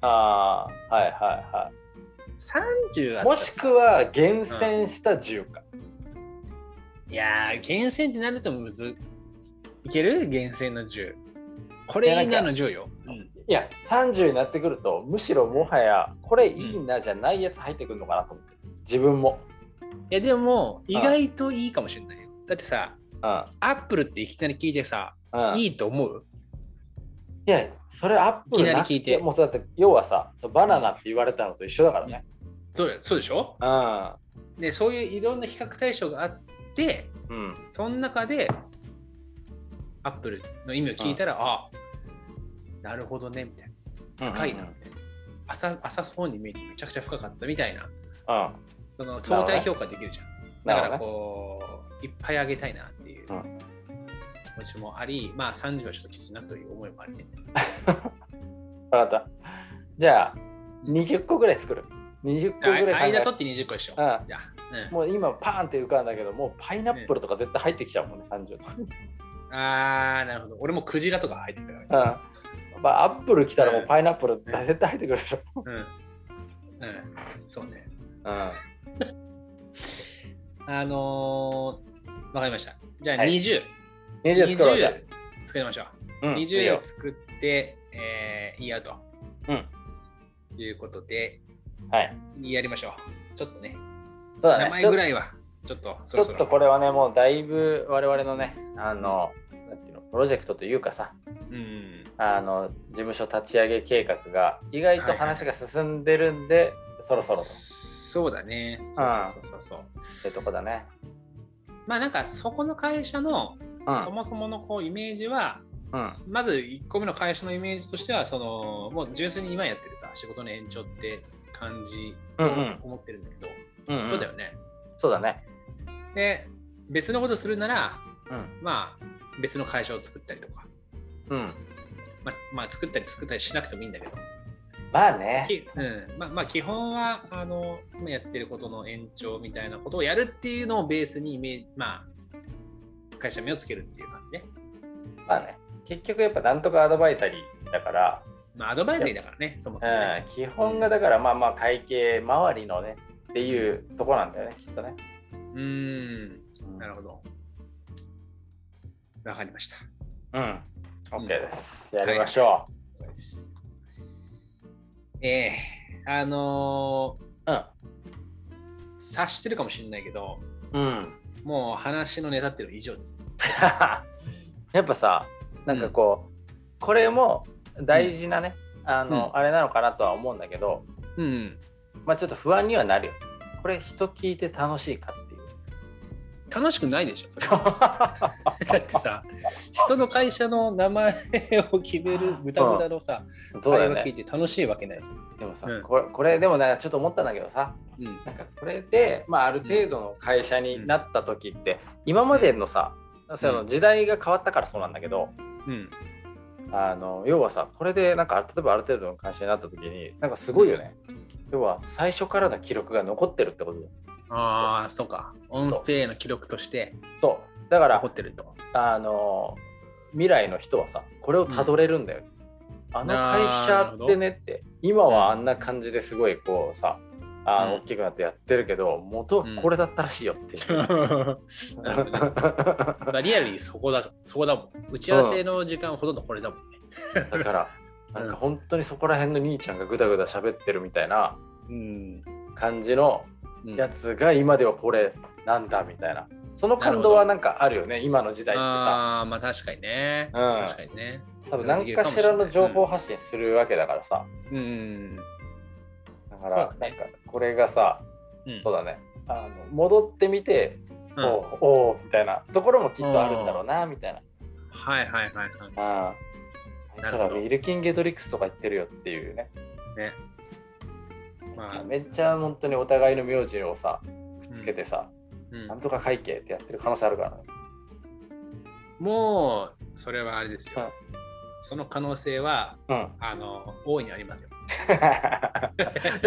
ああはいはいはい30あったらもしくは厳選した10か、いやー、厳選ってなるとむずい。いける厳選の10。これいいいやなのなん10よ。うんいや30になってくるとむしろもはやこれいいなじゃないやつ入ってくるのかなと思って自分も、いや、でも、意外といいかもしれないよ。だってさ、うんアップルっていきなり聞いてさ、うん、いいいと思うやそれアップルいきなり聞いてもうだって要はさそうバナナって言われたのと一緒だからねそうだよそうでしょうでそういういろんな比較対象があってんうんその中でアップルの意味を聞いたら、ああなるほどねみたいな深いなうみんたいな浅浅そうに見えてめちゃくちゃ深かったみたいなうんその相対評価できるじゃん、だなかるらほこういっぱいあげたいなっていうう気持ちもあり、まあ30はちょっときついなという思いもありねどわかったじゃあ20個ぐらい作る20個じゃあぐらい考間え取って20個でしょ、うんじゃあ、もう今パーンって浮かんだけどもうパイナップルとか絶対入ってきちゃうもんね30とか、うん、あーなるほど俺もクジラとか入って *laughs* くるうんまあ、アップル来たらもうパイナップル絶対入ってくるでしょ、うん、うん、そうねうん、あのー、わかりましたじゃあはい2020 20作ろうじゃあ作りましょうう、ん、いい20よを作って、えー、言い合うと、うんいうことではいやりましょうちょっとねそうだ名ね前ちょぐらいはちょっとそちろょっそろとこれはねもうだいぶ我々のねあのなんていうのプロジェクトというかさうんあの事務所立ち上げ計画が意外と話が進んでるんで、そろそろとそうだね。そうそうそうそうそう。ってとこだねまあなんかそこの会社のうんそもそものこうイメージは、うんまず1個目の会社のイメージとしてはそのもう純粋に今やってるさ仕事の延長って感じとうん思ってるんだけど、うんうんそうだよね。そうだねで別のことするならうんまあ別の会社を作ったりとか、うんまあ、まあ作ったり作ったりしなくてもいいんだけど、まあねきうんまあまあ基本はあの今やってることの延長みたいなことをやるっていうのをベースにイメージまあ会社名をつけるっていう感じね。まあね結局やっぱなんとかアドバイザリーだからまあアドバイザリーだからね、そもそもね、うん基本がだからまあまあ会計周りのねっていうとこなんだよねきっとね。うーん、なるほど。わかりました。うん。OK です。やいりましょそうですええあのう。ー察してるかもしれないけど、うん。うん。 *laughs* もう話のネタっていうのは以上です。やっぱさなんかこう、これも大事なね、あの、あれなのかなとは思うんだけどうん、まあちょっと不安にはなるよ。これ人聞いて楽しいかっていう。 *laughs* 楽しくないでしょ、それ *laughs* だってさ、人の会社の名前を決めるぐだぐだのさ、そうだ会よ話聞いね。て楽しいわけない。でもさ、うんこれこれでもなんかちょっと思ったんだけどさうん、なんかこれで、まあ、ある程度の会社になった時って、今までのさ、その時代が変わったからそうなんだけど、うん、あの要はさこれでなんか例えばある程度の会社になった時になんかすごいよね、要は最初からの記録が残ってるってことだよああ、そうか。音声への記録としてそうだから残ってると。あの未来の人はさこれをたどれるんだよ、あの会社ってねって今はあんな感じですごいこうさあのうん大きくなってやってるけど元はこれだったらしいよって *laughs* いう。なるほど *laughs* まあリアルにそこだ、そこだもん。打ち合わせの時間はほとんどこれだもんね。だからうんなんか本当にそこら辺の兄ちゃんがぐだぐだ喋ってるみたいなうん。感じのうんやつが今ではこれなんだみたいなその感動はなんかあるよね今の時代ってさああ、まあ確かにね。うん確かにね。多分何かしらの情報発信するわけだからさうん。うん。だからそうなだんねかこれがさうんそうだねあの戻ってみてうおんうおうみたいなところもきっとあるんだろうなみたいはいはいはいはい。なうんあいつならるほどウィルキン・ゲドリックスとか言ってるよっていうねね。まあ、めっちゃ本当にお互いの名字をさくっつけてさ、うんなんとか会計ってやってる可能性あるからねもう、それはあれですよ。はいその可能性は、うん *laughs* あの、大いにありますよ。だ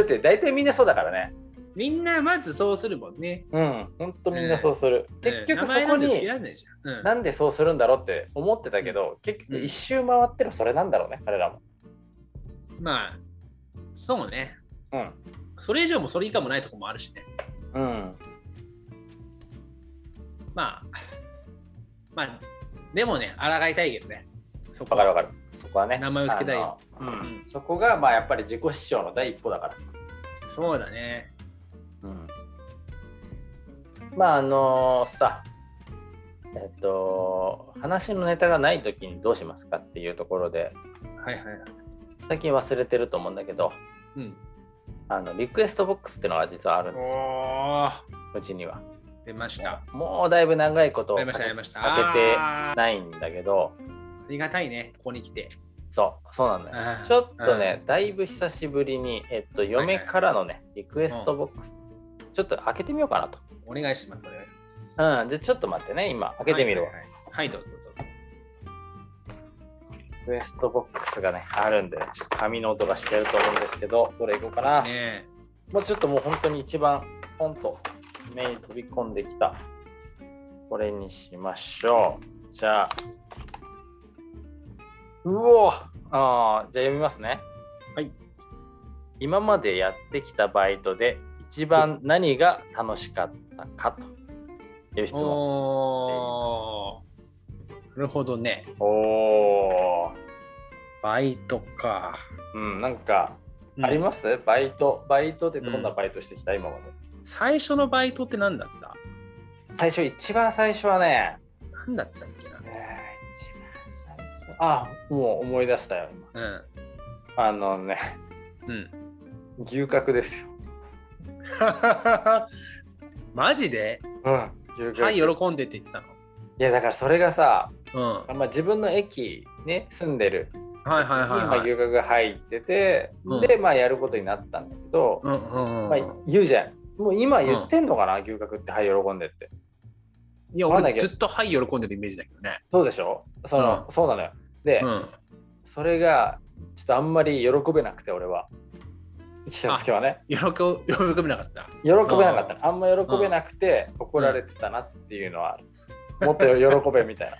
って大体みんなそうだからね。みんなまずそうするもんね。うん、ほんとみんなそうする。結局そこうん名前なんて付けにられないじゃんうんなんでそうするんだろうって思ってたけど、結局一周回ってるそれなんだろうね、彼らも。まあ、そうね。うん。それ以上もそれ以下もないとこもあるしね。うん。まあ、まあ、でもね、抗いたいけどね。そこわかるはわかる。そこはね。名前を付けたいよあの。うんうんそこがまあやっぱり自己主張の第一歩だから。そうだね。うん。まああのさ、えっと、話のネタがない時にどうしますかっていうところで、はいはいはい。最近忘れてると思うんだけど、うん。あのリクエストボックスっていうのが実はあるんですよ、おーうちには。出ました。もうだいぶ長いことありました、ありました。開けてあーあないんだけどりがたいね、ここに来て。そうそうなんだよあーちょっとね、だいぶ久しぶりに、えっと、嫁からのね、リクエストボックス、ちょっと開けてみようかなと。お願いします。お願いしますうん、じゃあちょっと待ってね、今、開けてみるわ。はい、はいはいはいどうぞどうぞ。リクエストボックスがね、あるんで、ちょっと紙の音がしてると思うんですけど、どれいこうかな。ねもうちょっともう本当に一番、ポンと目に飛び込んできた、これにしましょう。じゃあ、うおあーじゃあ読みますね。はい。今までやってきたバイトで一番何が楽しかったかという質お問。おーなるほどね。おおバイトか。ー。うん、なんか、あります、バイト。バイトってどんなバイトしてきた、今まで。最初のバイトって何だった最初、一番最初はね、何だったっけなえー一番最初あもう思い出したよ今うん。あのね *laughs* うん。牛角ですよマジでうん牛角、はい、い喜んでって言ってたの。やだからそれがさ、うん。まあ、自分の駅ね住んでるはいはいにまはい、あはい。牛角が入ってて、うんでまあやることになったんだけど、うんうんうんまあ、言うじゃんもう今言ってんのかな、牛角ってはい喜んでっていや、わかんない俺けどずっとはい喜んでるイメージだけどね。そうでしょその、うそうなのよで、うん。それがちょっとあんまり喜べなくて俺は岸之助はね喜び *laughs* 喜びなかった。喜べなかったのあんま喜べなくて怒られてたなっていうのはある、もっと喜べ *laughs* みたいな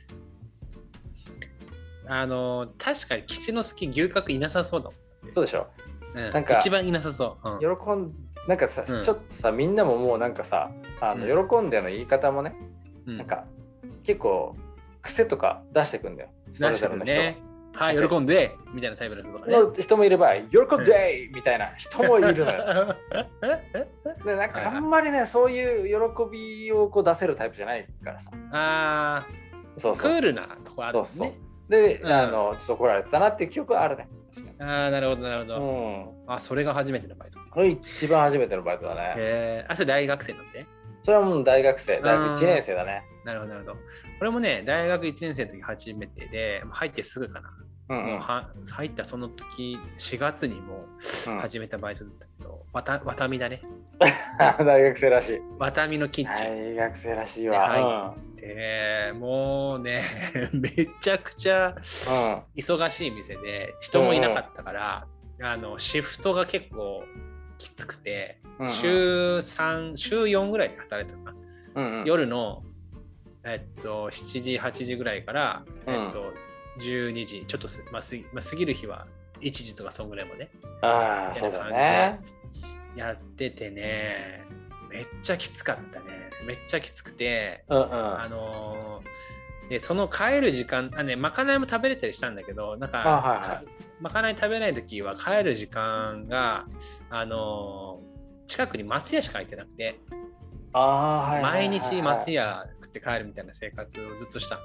あのー、確かに吉之助牛角いなさそうだもそうでしょん。うん、なんか一番いなさそう。うん喜んなんかさ、うんちょっとさみんなももうなんかさあの、う喜んでの言い方もねうなんか結構癖とか出してくんだよそれ出しぞてれるの人ね。はい、なんか喜んでみたいなタイプの人とかね。の人もいれば「喜んで!」みたいな人もいるの *laughs* よでなんはいかはいあんまりねそういう喜びをこう出せるタイプじゃないからさあそうあ、そクうールなとこあるんですね。で、うんあのちょっと怒られてたなっていう記憶はあるね確かにああ、なるほど、なるほうど。んあ、それが初めてのバイト。これ一番初めてのバイトだね。へえ、あ、それ大学生なんで。それはもう大学生、大うん学1年生だね。なるほど、なるほど。俺もね、大学1年生の時初めてで、もう入ってすぐかな。うんうんもうは入ったその月、4月にもう始めたバイトだったけど、わたわたみだね。 *laughs* 大学生らしい。わたみのキッチン。大学生らしいはいわ。でもうね *laughs* めちゃくちゃうんうん忙しい店で人もいなかったから、あのシフトが結構きつくて、うん週3週4ぐらいで働いてたかな、うんうん夜の、えっと、7時8時ぐらいから、うんえっと、12時ちょっとす、まあすぎまあ、過ぎる日は1時とかそんぐらいまでああ、そうだね。やっててねめっちゃきつかったねめっちゃきつくてうんうん。あのーでその帰る時間あ、ね、まかないも食べれたりしたんだけどなんかあはいはいかまかない食べない時は帰る時間が、あのー近くに松屋しか空いてなくて、ああ、はいはいはい。毎日松井。屋食って帰るみたいな生活をずっとした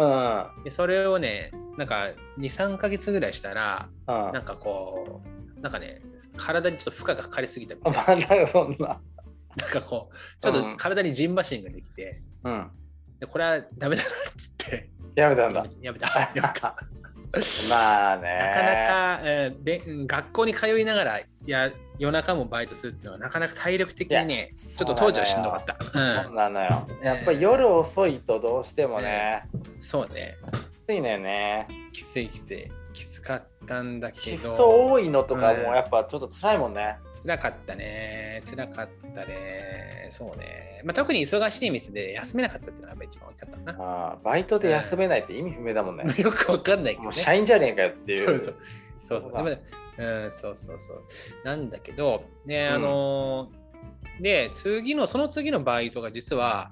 のうんうん。でそれをねなんか23ヶ月ぐらいしたらうんなんかこうなんかね体にちょっと負荷がかかりすぎたみたいなまあなんかそんな。なんかこうちょっと体にジンバシンができてうん。でこれはダメだなっつってやめたんだ。やめたやめた *laughs* まあね。なかなか、えーべうん学校に通いながらや夜中もバイトするっていうのはなかなか体力的にねいやちょっと当時はしんどかった。そううんなのよ。やっぱり夜遅いとどうしてもね、そうね。きついのよね。きついきつい。きつかったんだけシフトど、多いのとかもやっぱちょっと辛いもんね。つらかったね。つらかったね。そうね。まあ、特に忙しい店で休めなかったっていうのがやっぱ一番大きかったかあーバイトで休めないって意味不明だもんね。な。 *laughs* よくわかんないけど *laughs* もうね。社員じゃねえかよっていう。そうそうそうそう。そうだでもねうん、そうそうそう。なんだけど、ね、うんあのーで、次の、その次のバイトが実は、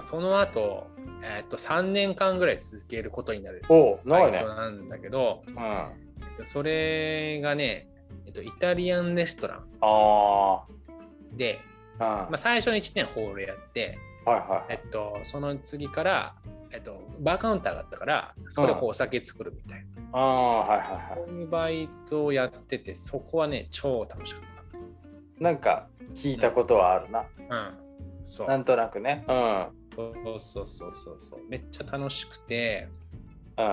その後、えーっと3年間ぐらい続けることになるうん、おう、バ長いイねト。なんだけど、うん、あえっとそれがね、えっと、イタリアンレストラあンで、ー、うまんあ、最初の1年ホールやって、はいはいえっと、その次から、えっと、バーカウンターがあったからそこでこううんお酒作るみたいな、ああはいはいはこういうバイトをやっててそこはね超楽しかっいなんか聞いたことはあるな、た、うん、そうなんとなくね。うん。うん。そうそうそうそうそうめっちゃ楽しくて、ま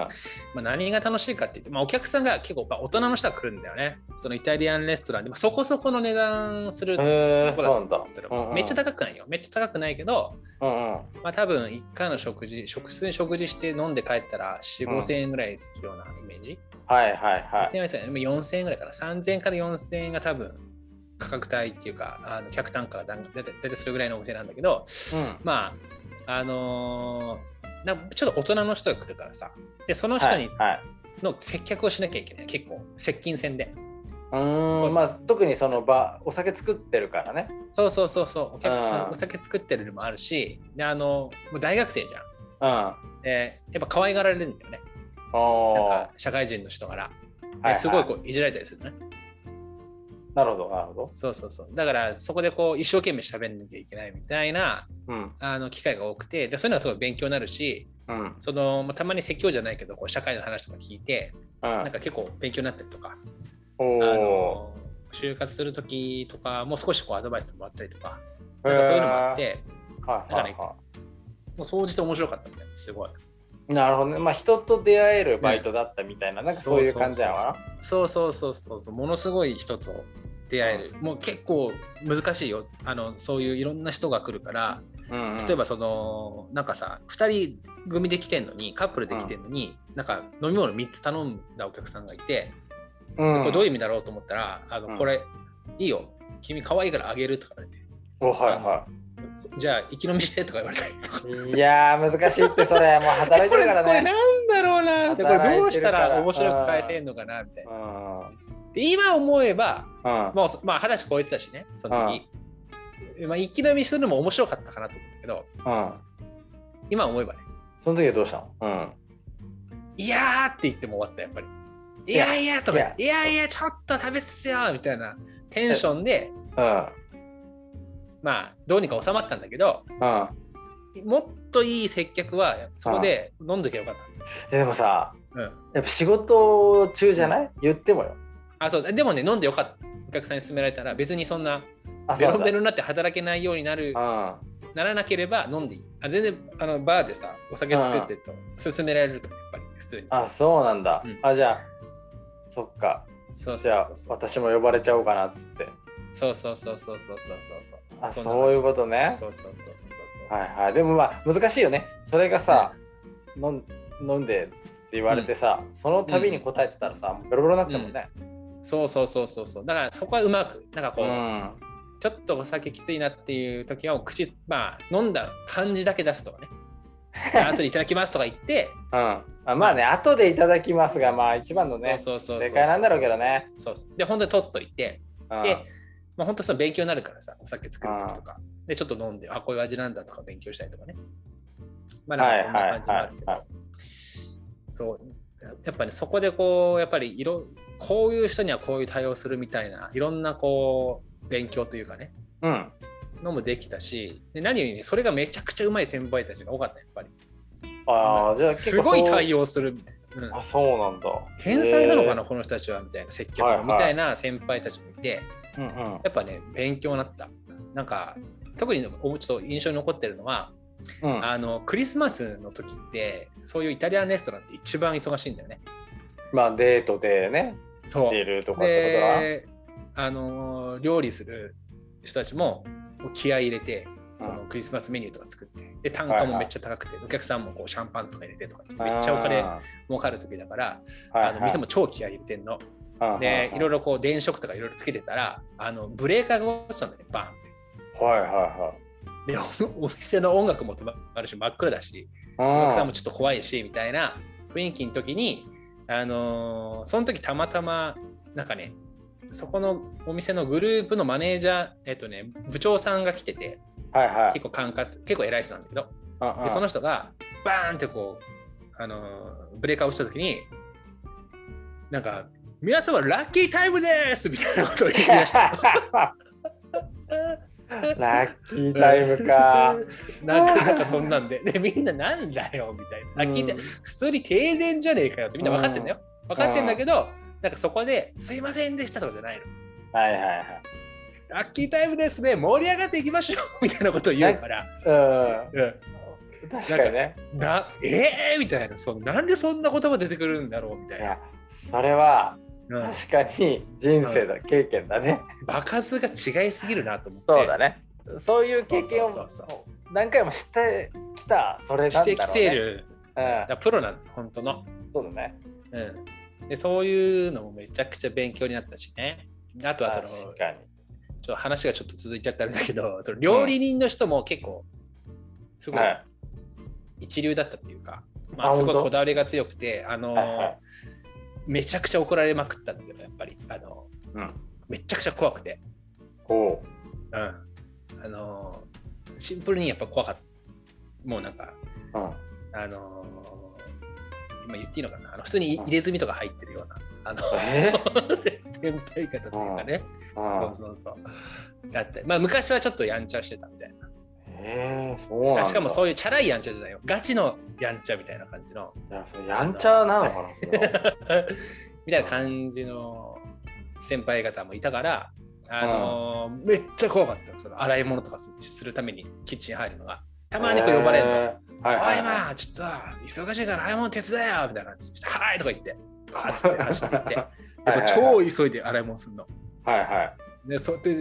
あ、何が楽しいかって言って、まあ、お客さんが結構まあ大人の人が来るんだよねそのイタリアンレストランで、まあ、そこそこの値段するへえ、とこそうだなんだったら。うんうんめっちゃ高くないよめっちゃ高くないけど、うんうん。まあ、多分一回の食事食普通に食事して飲んで帰ったら4 5 0 0 0円ぐらいするようなイメージ、はいはいは5000円はですよねでも4000円ぐらいかな3000円から4000円が多分価格帯っていうかあの客単価がだんだいたい大体それぐらいのお店なんだけどい。まああのーなんかちょっと大人の人が来るからさでそのうん。人はにいはい。の接客をしなきゃいけない結構接近戦でうーんまあ特にその場お酒作ってるからね。そうそうそうそうお客うんお酒作ってるのもあるしであのもう大学生じゃんうん。でやっぱ可愛がられるんだよねおなんーか社会人の人からはいはいすごいこういじられたりするのね。なるほどなるほど。そうそうそう。だからそこでこう一生懸命喋んなきゃいけないみたいなうんあの機会が多くてでそういうのはすごい勉強になるしうんうん。その、まあ、たまに説教じゃないけどこう社会の話とか聞いてなんか結構勉強になったりとかおあおの就活する時とかも少しこうアドバイスもらったりとかー。なんかそういうのもあっへてー。はいはいはもう総じて面白かったみたいですすごい。い。なるほどね。まあ人と出会えるバイトだったみたいな、なんかそういう感じやわそうそうそうそうそうものすごい人と出会える、もう結構難しいよあのそういういろんな人が来るから。な。うんうん例えばそのなんかさ2人組で来てんのにカップルで来てんのに、なんか飲み物3つ頼んだお客さんがいて、うんこれどういう意味だろうと思ったら「あのうんこれいいよ君可愛いからあげる」とか言われておはいは「じゃあ生き飲みして」とか言われたりとか。い。いやー難しいってそ *laughs* れもう働いてるからこれなね。んだろうなでこれどうしたら働い面てるから白く返せんのかなみたいうな。んうんで今思えばうんもうまあ話超えてたしねその時、まあ、生き飲みするのも面白かったかなと思ったけどうん。今思えばねその時はどうしたの？うん。いやーって言っても終わった、やっぱり。いややいやとか、いやいや、ちょっと食べっすよみたいなテンションで、うんまあ、どうにか収まったんだけど、うん。もっといい接客は、そこで飲んどきゃよかっえでもさ、た。うん。やっぱ仕事中じゃない？言ってもよ。あ、そう、でもね、飲んでよかった。お客さんに勧められたら、別にそんな、あベそうロだベロになって働けないようになるう、ん。ならなければ飲んでいい。あ全然、あの、バーでさ、お酒作ってと、勧められるから、やっぱり、普通に。あそうなんだ、うんあじゃあそっかそうじそうゃそあうそう。私も呼ばれちゃおうかなっつってそうそうそうそうそうそうそうそう。あそそんうないうことねそうそうそうそうそう。はいはいでもまあ難しいよねそれがさ、飲ん飲んでっつって言われてさ、その度に答えてたらさもうベロベロになっちゃうもんねそうそうそうそうそうだからそこはうまくなんかうこう、ん、ちょっとお酒きついなっていう時はもう口まあ飲んだ感じだけ出すと *laughs* かねあとでいただきますとか言って、うんあまあね後でいただきますがまあ一番のねそうそうそうそう正解なんだろうけどねそうそうで本当に取っといてうんで、まあ、本当その勉強になるからさお酒作る時とかでちょっと飲んであこういう味なんだとか勉強したりとかねまあなんかそんな感じもあるけど、はいはそうやっぱねそこでこうやっぱりいろこういう人にはこういう対応するみたいないろんなこう勉強というかねうんのもできたしで何よりねそれがめちゃくちゃうまい先輩たちが多かったやっぱりああじゃあ結す構ごいそう対応するみたいな、うんあそうなんだ天才なのかへなこの人たちはみたいな接客はいがはいみたいな先輩たちもいてえうんうんやっぱね勉強になったなんか特におちょっと印象に残ってるのはうんあのクリスマスの時ってそういうイタリアンレストランって一番忙しいんだよねまあデートでねそ出うるとかってことはであの料理する人たちも気合い入れてそのクリスマスメニューとか作って、で単価もめっちゃ高くて、お客さんもこうシャンパンとか入れてとか、めっちゃお金あ儲かる時だから、ーはいあの店も超気合い入れてんの。はいで、いろいろ。ろこう電飾とかいろいろつけてたら、あのブレーカーが落ちたんだよね、バーンって。はいはでお、 *laughs* お店の音楽も止まるし、真っ暗だし、いおはい。客さんもちょっと怖いし、みたいな雰囲気の時に、あのーその時たまたま、なんかね、そこのお店のグループのマネージャー、えっとね、部長さんが来てて、うんはいはい結構管轄、結構偉い人なんだけど、うんうんでその人がバーンってこう、あのーブレーカーをした時になんか「皆様ラッキータイムです!」みたいなことを言い出 *laughs* したのラッキータイムか。 *laughs* なんかなんかそんなんででみんな「なんだよ」みたいな「ラッキータイム、普通に停電じゃねえかよ」ってみんな分かってんだよ分かってんだけど、なんかそこで「すいませんでした」とかじゃないのうんはいはいはい。ラッキータイムですね、盛り上がっていきましょう *laughs* みたいなことを言うから、うんう確かにねん、なえー、みたいなその、なんでそんな言葉出てくるんだろうみたいいな。やそれはうん確かに人生だ、経験だね場数が違いすぎるなと思って。そうだねそういう経験をそうそう何回もしてきたそれしなんだろう、ね、てきてる、うんだからプロなんだ、本当の。そうだねうん、でそういうのもめちゃくちゃ勉強になったしね。あとはその確かにちょっと話がちょっと続いちゃったんだけ *laughs* ど、その料理人の人も結構すごいはい一流だったというか、まああ、すごい本当こだわりが強くて、あのーはいはいめちゃくちゃ怒られまくったんだけど、やっぱり、あのうんめちゃくちゃ怖くて、こうんあのーシンプルにやっぱ怖かった。もうなんか、う、うん、あのー今言っていいのかな、あの普通に入れ墨とか入ってるような、あ *laughs* のえ先輩方というかね、うんそうそうそう。だって、まあ昔はちょっとやんちゃしてたみたいな。えー、そうなんだしかもそういうチャラいやんちゃじゃないよ。ガチのやんちゃみたいな感じの、 *laughs* いやそれやんちゃなのかなそれはみたいな感じの先輩方もいたから、あのーめっちゃ怖かったよその洗い物とかすするためにキッチン入るのが。たまにこう呼ばれるの。えーはいおはいいはいまあちょっと忙しいから洗い物手伝えよみたいな感じで「はい」とか言ってバーッつって走っていってで *laughs* はいはいも超急いで洗い物するの。はいはいで、そうやって、え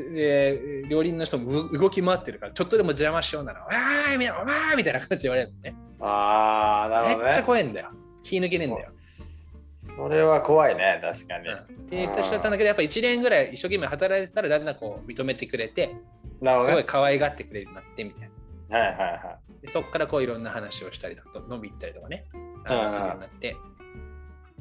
ー、料理人の人も動き回ってるから、ちょっとでも邪魔しようなら、わーいみたいな、わーいみたいな感じで言われるのね。ああなるほどめっちゃね怖いんだよ。気抜けねえんだよ。それは怖いね確かに、うんっていう人だったんだけど、やっぱ1年ぐらい一生懸命働いてたら、だんだんこう認めてくれて、なるほすどごねい可愛がってくれるようになってみたいな。はいはいはでそこからこういろんな話をしたりとか、飲み行ったりとかね、うんうあんのするようになって、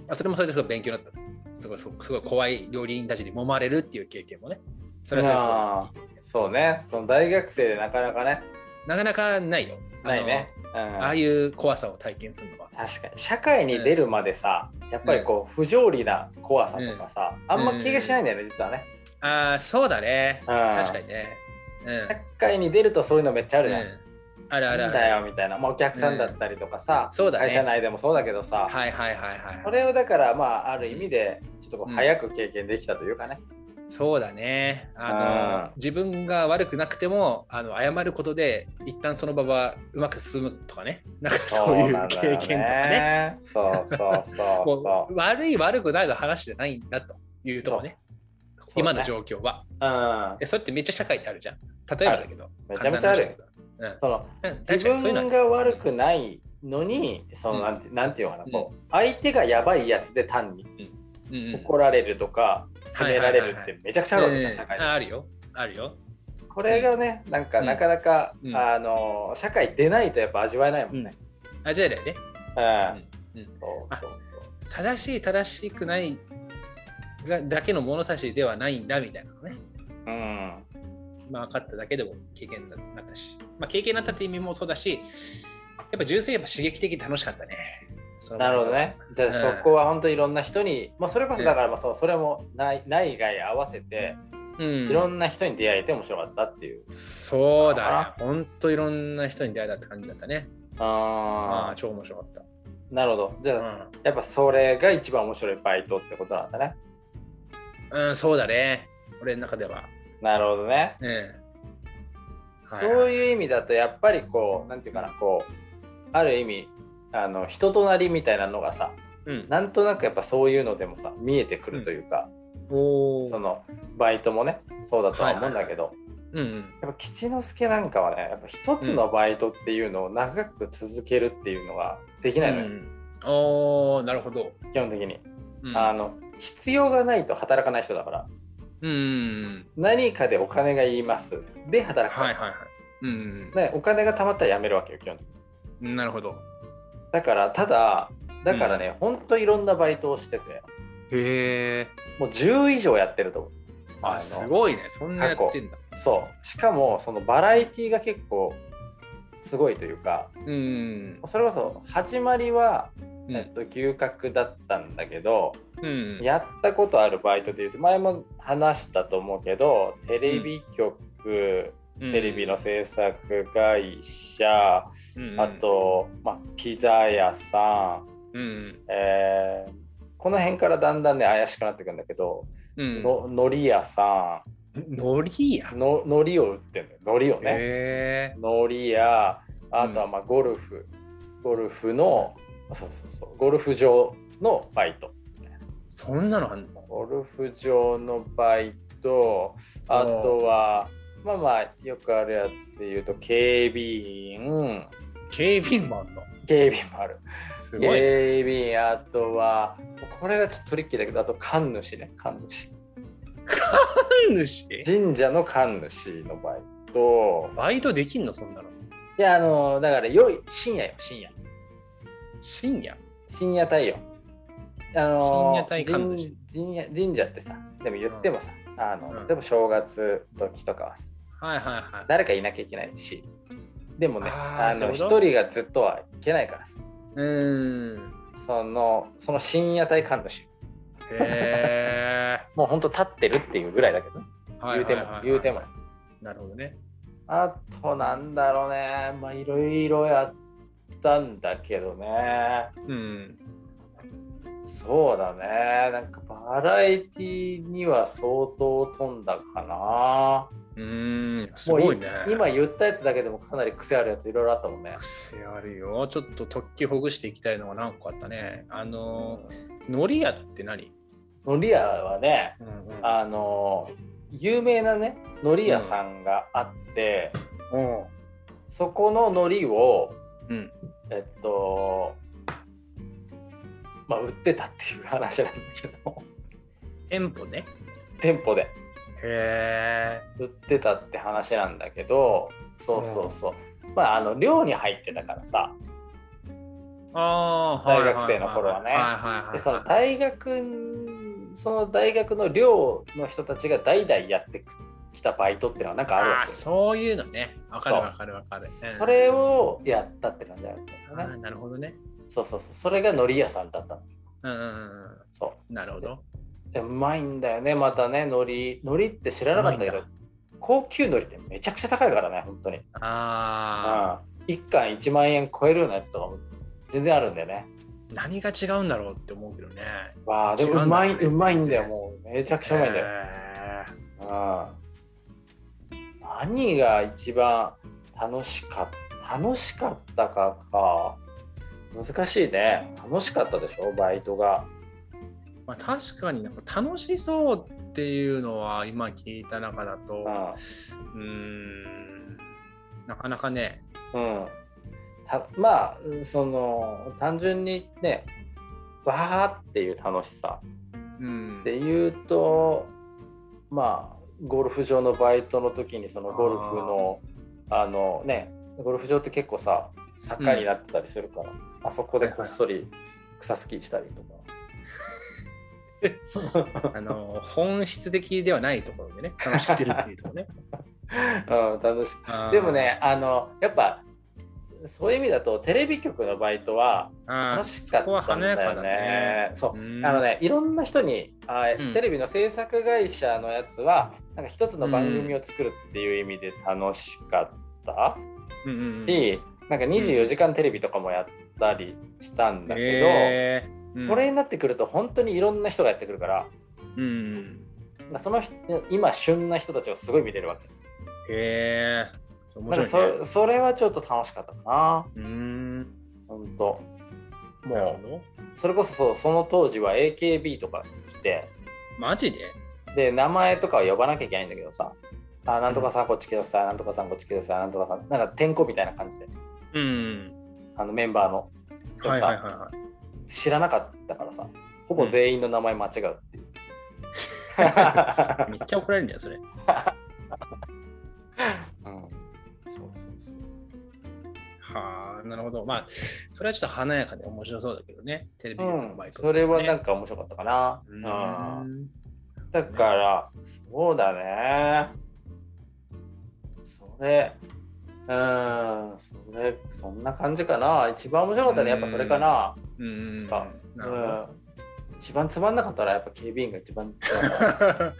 まあ、それもそれですごい勉強になった。すごい、すごいすごい怖い料理人たちに揉まれるっていう経験もね。それはそれですごいあいそうねその大学生でなかなかねなかなかないよ。あのないね、うん、ああいう怖さを体験するのは。確かに社会に出るまでさ、やっぱりこう不条理な怖さとかさ、あんま気がしないんだよね、実はね、ああ、そうだね。うん、確かにね。うん。社会に出るとそういうのめっちゃあるじゃん、うんあるあるなんあだる。よみたいな、まあ、お客さんだったりとかさ、そうだ会社ね。内でもそうだけどさ、はいはいはいはい。これをだからまあある意味でちょっとこううん早く経験できたというかね、そうだね。あのうん自分が悪くなくてもあの謝ることで一旦その場はうまく進むとかね。なん *laughs* かそういうなんだ経よ験とかね。そうそう *laughs* そうもそうう悪い悪くないの話じゃないんだというとこね。そう今の状況は。うんでそれってめっちゃ社会ってあるじゃん。例えばだけど。めちゃめちゃある簡単な話だけど。そのうんうん。確かに自そういうのは分が悪くないのにそのうんなんて,、なんていうのかな、こうう相手がやばいやつで単にうんうん怒られるとか責められるはいはいっはいはてめちゃくちゃあるわけじゃうんん社会でああるよ。あるよ。これがねなんかうんなかなか、うんあの社会出ないとやっぱ味わえないもんね、あ、じゃあだよね。うんうんうんそうそうそう正しい正しくないがだけの物差しではないんだみたいなのね、うんまあ、分かっただけでも経験になったし、まあ、経験になったって意味もそうだしやっぱ純粋にやっぱ刺激的で楽しかったねそのなるほどね。じゃあうんそこは本当いろんな人に、まあそれこそだからまあそうそれも内内外合わせてういんろんな人に出会えて面白かったっていう。そうだねほんといろんな人に出会えたって感じだったねあああ超面白かった、あ、なるほど。じうゃあんやっぱそれが一番面白いバイトってことなんだね。うん、そうだね俺の中ではなるほどね。うんはいはいそういう意味だとやっぱりこうなんていうかなこうある意味あの人となりみたいなのがさうん、なんとなくやっぱそういうのでもさ見えてくるというか、おそーのバイトもねそうだとは思うんだけど、うんうんやっぱ吉之助なんかはねやっぱ一つのバイトっていうのを長く続けるっていうのができうないのよ、ん、おーなるほど、基本的に、うん、あの必要がないと働かない人だからうん何かでお金がいりますで働く、はいはいはい。うん、ね、お金が貯まったら辞めるわけよ基本的になるほど。だからただだからね、ほんといろんなバイトをしててへえ。もう10以上やってると思うあ、のすごいね。そんなやってんだ。そうしかもそのバラエティが結構すごいというかうん。それこそ始まりは、うんえっと、牛角だったんだけど、うん。やったことあるバイトでいうと前も話したと思うけどテレビ局、うんテレビの、制作会社、うんあ、と、まあ、ピザ屋さうん、ん。えーこの辺からだんだんね怪しくなってくるんだけど、うん。ののり屋さんのりや。ののりを売ってるのよのりをねへえのりやあとはまあゴルフ、ゴルフのそうそうそうゴルフ場のバイトそんなのあんのゴルフ場のバイトあとはまあまあよくあるやつで言うと警備員警備員もあんの警備員もあるすごい。警備員あとはこれがちょっとトリッキーだけどあと神主ね神主神主神社の神主のバイトバイトできんのそんなの。いやあのだから夜深夜よ深夜深夜深夜帯よあの深夜帯神主神神社神社ってさでも言ってもさ、あのうん例えば正月時とかはさはいはいはい。誰かいなきゃいけないしでもねあーあそういのうこ一と人がずっとはいけないからさうーん。そのその深夜帯神主へえ。もうほんと立ってるっていうぐらいだけどね、はいはいはいはい言うても言うてもなるほどね。あとなんだろうねまあいろいろやったんだけどねうん。そうだねなんかバラエティには相当飛んだかなうーん。すごいね。もう今言ったやつだけでもかなり癖あるやついろいろあったもんね癖あるよ。ちょっと突起ほぐしていきたいのが何個あったね。あの、のり屋って何のり屋はねうんうんあの有名なねのり屋さんがあって、おそこののりをううん。えっとまあ売ってたっていう話なんだけど店舗ね。店舗でへえ。売ってたって話なんだけどそうそうそう、まああの寮に入ってたからさああ、大学生の頃はねはいはいはいでそのは大学その大学の寮の人たちが代々やってきたバイトっていうのはなんかい。あるあわあ、けそういうのね。わかるそうわかるわかる。うんそれをやったって感じだったんあだよあねなるほどね。そうそうそうそれが海苔屋さんだったのうんうんうんうそん。なるほど。うでうまいんだよねまたね海苔海苔って知らなかったけうまどいん高級海苔ってめちゃくちゃ高いからね本当にああ、うん一貫1万円超えるようなやつとかも全然あるんだよね何が違うんだろうって思うけどね。わあで違もううんだまねい全然うまいんだよもうめちゃくちゃうまいんだよ、へーうん何が一番楽しかった楽しかったかか難しいね楽しかったでしょバイトがまあ、確かになんか楽しそうっていうのは今聞いた中だうと、ん、うーん、なかなかね、うん、たまあうんその単純にねわーっていう楽しさうん、で言うとまあゴルフ場のバイトの時にそのゴルフのあのねゴルフ場って結構さ坂になってたりするから、あそこでこっそり草スキーしたり *laughs* とか。あの本質的ではないところでね、楽しんでるっていうところね。うん、楽しあーいでも、ねあのやっぱそういう意味だとテレビ局のバイトはあ楽ーしかそったんだこは華やかよだねね。そううんあのね、いろんな人にあうんテレビの制作会社のやつはなんか一つの番組を作るっていう意味で楽しかったうんうんうんし、なんか24時間テレビとかもやったりしたんだけど、へーうんそれになってくると本当にいろんな人がやってくるからうん、まあその人今旬な人たちをすごい見れるわけ、へえ、面なんか白い、ね。そそれはちょっと楽しかったかなうーん、本当なるもほどうそれこそそうその当時は AKB とか来てマジでで名前とかを呼ばなきゃいけないんだけどさあなんとかさんこっち来てくださいなんとかさんこっち来てくださいなんとかさんなんかてんこみたいな感じでうん。あのメンバーのでもはいさはいはいはい。知らなかったからさほぼ全員の名前間違うっていう、めっちゃ怒られるんだよ、それ。 *laughs* うんそうそうそうはあ、なるほど。まあ、それはちょっと華やかで面白そうだけどね、テレビうのんバイ、ト、ねそれはなんか面白かったかな、ううんん。だからそうだねそれうんそれそんな感じかな一番面白かったねやっぱそれかな、うん。かなるほど。うん一番つまんなかったらやっぱ警備員が一番つまんなかったね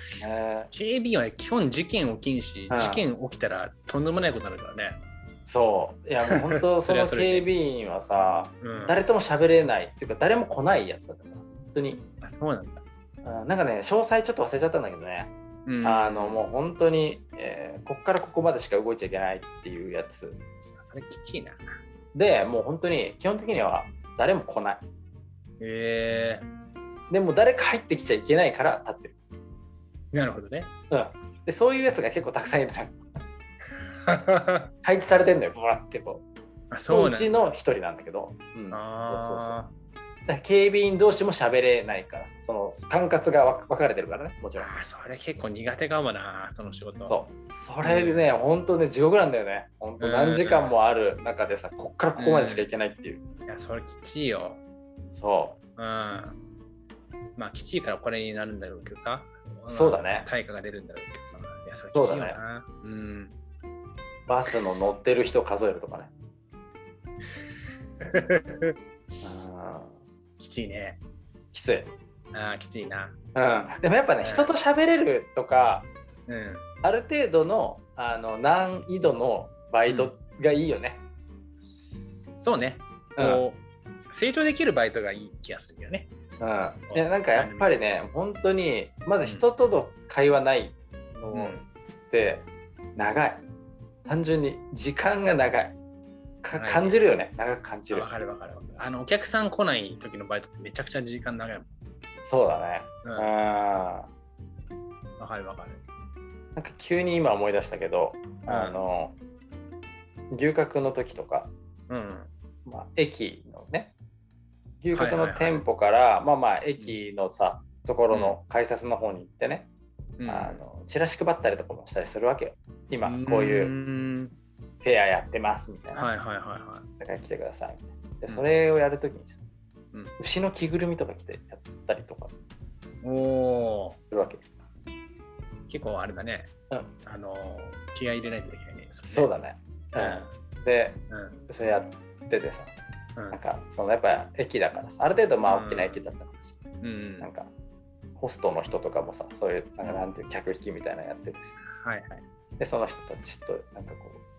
*laughs* 警備員はね基本事件起きんし、うん事件起きたらとんでもないことになるからね。そういやもう本 *laughs* 当そそれはのそれで警備員はさうん、誰とも喋れないっていうか誰も来ないやつだったから本当にあそうなんだ。うんなんかね詳細ちょっと忘れちゃったんだけどねうんあのもう本当に、えーこっからここまでしか動いちゃいけないっていうやつそれきちいな。でもう本当に基本的には誰も来ないえでも誰か入ってきちゃいけないから立ってる、ー、なるほ *laughs* どね。うん、でそういうやつが結構たくさんいるじゃん配置されてんだよブワってこうあそうのなんうちの一人なんだけど、うん、あそうそうそうあだから警備員同士も喋れないからその管轄が分分かれてるからねもちろんあーそれ結構苦手かもな、その仕事。そうそれでね、本当ね地獄なんだよね本当うん何時間もある中でさこっからここまでしか行けないっていう、いや、それきちいよ。そうん。まあ、きちいからこれになるんだろうけどさ。そうだね対価が出るんだろうけどさ。いや、それきちいよそうな。うん。うバスの乗ってる人数える *laughs* とかねうんきちいね。きつい、うん、ああ、きちいな。でもやっぱね人と喋れるとかうん。ある程度のあの難易度のバイトがいいよね、そうね。うんこう、成長できるバイトがいい気がするよね。うん、いやなんかやっぱりね本当にまず人との会話ないのうん。って長い単純に時間が長いかはい感じるよね長く感じるわかるわかる。あの、お客さん来ない時のバイトってめちゃくちゃ時間長いもん。そうだねうん。うんわなかるわかる。んか急に今思い出したけどあの牛角の時とか、うん。まあ、駅のね牛角はいはいのはい店舗から、まあまあ駅のさところの改札の方に行ってね、うんあのチラシ配ったりとかもしたりするわけよ今こういううんフェアやってますみたいな、はいはいはいはだから来てくださいみたいなうでんそれをやるときにさ、うん牛の着ぐるみとか着てやったりとかい。おおするわけ、ー、結構あれだね。うんあのー、気合い入れないといけないね。そうだ。だね、でうん。それやっててさうんなんかそのやっぱ駅だからさある程度まあ大きな駅だったからさ、うん。うんなんかホストの人とかもさそういうなんかなんていう客引きみたいなのやっててさはいはい。でその人たちとなんか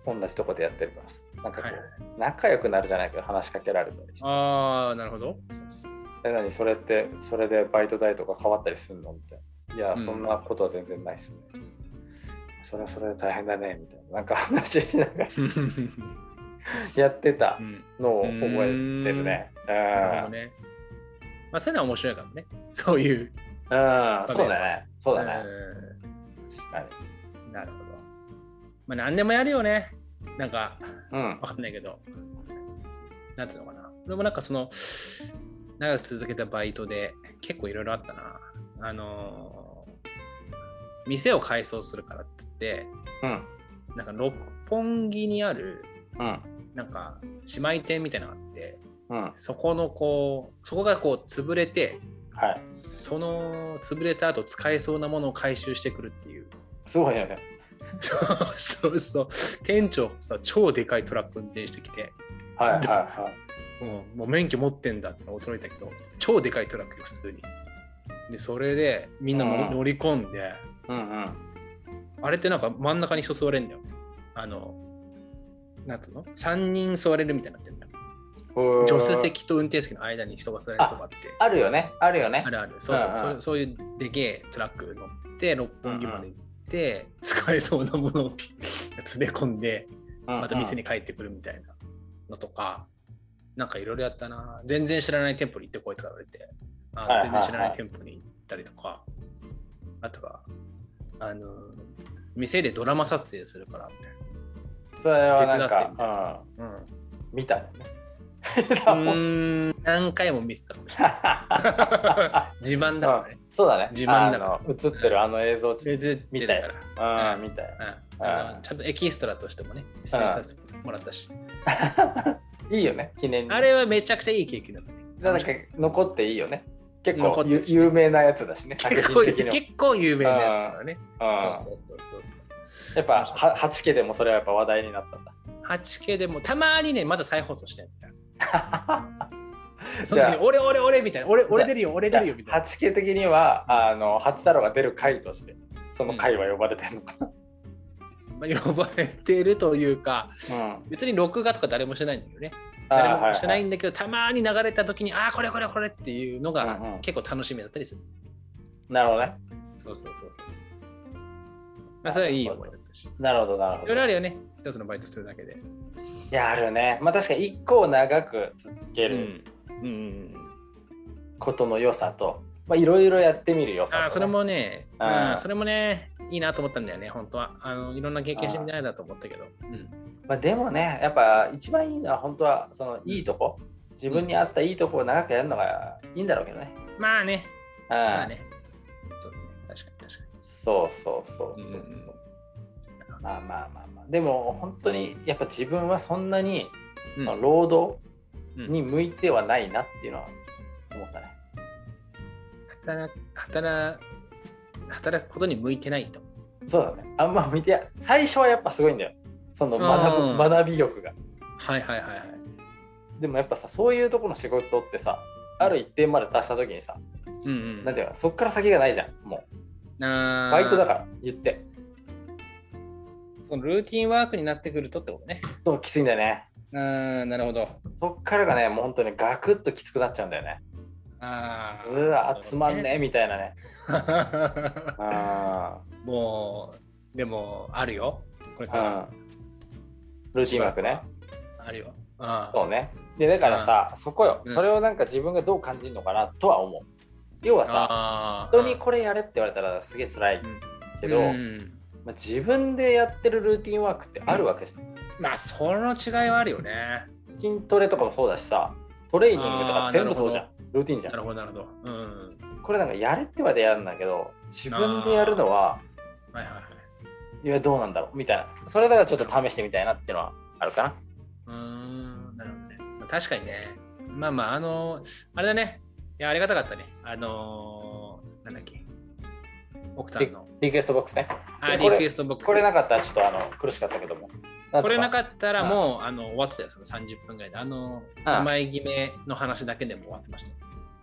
こう同じとこでやってるからさなんかこう、はいは仲良くなるじゃないけど話しかけられたりしてさああ、なるほど。 *laughs* そうそうえ何それってそれでバイト代とか変わったりするのみたいないやうんそんなことは全然ないですね、それはそれで大変だねみたいななんか話しながらうん。やってたのを覚えてるねうなるほどんね。まあ、そういうのは面白いかもね。そういう。うんそうだねそうだね確かにうん。なるほど。まあ、何でもやるよね。なんか、うんわかんないけど、なんていうのかな。俺もなんかその、長く続けたバイトで結構いろいろあったな。あのー店を改装するからって言って、うんなんか六本木にある、うんなんか姉妹店みたいなのがあって、うんそこのこう、そこがこう潰れて、はいその潰れた後使えそうなものを回収してくるっていう。すごいよねそうそうそう。店長さ、超でかいトラック運転してきて。はいはいはうん、もう免許持ってんだって驚いたけど超でかいトラックよ普通にでそれでみんな乗りうん乗り込んでいうんうんあれってなんか真ん中に人座れんだよあのなんつうの3人座れるみたいになってんだようー助手席と運転席の間に人が座れるとかってあるよねあるよねあるあるそうそううんうんそうそういうでけえトラック乗って六本木まで行って使えそうなものを *laughs* 詰め込んでまた店に帰ってくるみたいなのとか、なんかいろいろやったな。全然知らない店舗に行ってこいとか言われて、あはいはいはい全然知らない店舗に行ったりとか、あとは、あの、店でドラマ撮影するからみたいそれは手なん伝ってみか、な。うんうん、見たよね *laughs* うーん、何回も見てたかもしれない。自慢だからね。そうだね。自慢だあかの映ってるあの映像ちょ全っ然見てたから。と、うん、見たよ。うんあのちゃんとエキストラとしてもね、出演させてもらったし。 *laughs* いいよね、記念に。あれはめちゃくちゃいい経験だったね。なんか残っていいよね。結残構ってゆる有名なやつだしね、 *laughs* 結構作品的に結構有名なやつだからね。も。うんそうそうそうそうやっぱは 8K でもそれはやっぱ話題になったんだ。そう。8K でもたまにね、まだ再放送してるみ *laughs* たいな。そじの時ゃにあ俺、俺、俺みたいな。俺、俺出るよ、俺出るよみたいな。 8K 的には、あの、八太郎が出る回として、その回は呼ばれてるのかまあ呼ばれてるというか、な。 *laughs* うん。別に録画とか誰もしてないんだよね。あ誰もしてーなはいいはいんだけど、たまに流れた時に、ああ、これこれこれっていうのうんうがん結構楽しみだったりする。なるほどね。そうそうそうそう。まあ、それはいい思いだったし。なるほど、なるいほろど。いろあいるよね。一つのバイトするだけで。や、あるね。まあ確かに一個を長く続けうるん。うん。ことの良さと、まあいろいろやってみる良さとね、ああ、それもね、あーうん、それもね、いいなと思ったんだよね、本当は。あのいろんな経験してみたいなと思ったけど。うんまあ、でもねやっぱ一番いいのは本当はそのいいとこ自分に合ったいいとこを長くやるのがいいんだろうけどね。まあね、うんまあね。そうね、確かに確かそうそうそうそうそう。まあまあまあまあでも本当にやっぱ自分はそんなにに。そのうん労働うんに向いてはないなっていうのは思ったね。働く働く働くことに向いてないと。そうだね。あんま見て最初はやっぱすごいんだよ。その学ぶうん学び力が。はいはいはいはい。でもやっぱさそういうとこの仕事ってさある一点まで達した時にさうんうん。なんていうかそっから先がないじゃんもうあーバイトだから言ってそのルーティンワークになってくるとってことね。そうきついんだよねあーなるほど。そっからがね、もう本当にガクッときつくなっちゃうんだよね。あーうわ、つそうまんねえみたいなね。あ *laughs* もう、でも、あるよ。これから。あ、うん。ルーティン枠ね。あるよ。ああそうね。で、だからさ、そこよ。うんそれをなんか自分がどう感じるのかなとは思う。要はさ、あー人にこれやれって言われたらすげえ辛いけど、うんまあ、自分でやってるルーティンワークってあるわけじゃん。まあ、その違いはあるよね。筋トレとかもそうだしさ、トレーニングとか全部そうじゃあん。ルーティンじゃなるん。ほど、なるほど。うん。これなんかやれって言われたらやるんだけど、自分でやるのは、はいはいはい。いや、どうなんだろうみたいな。それだからちょっと試してみたいなっていうのはあるかな。うーん、なるほどね。まあ確かにね。まあまあ、あのあれだね。いや、ありがたかったね。あのーなんだっけ。奥さんのリクエストボックスね。あこリれクエストボックス。これなかったらちょっとあの苦しかったけども。これなっかったらもうあの終わってたよ、その30分ぐらいで。あの、うん前決めの話だけでも終わってましたよ、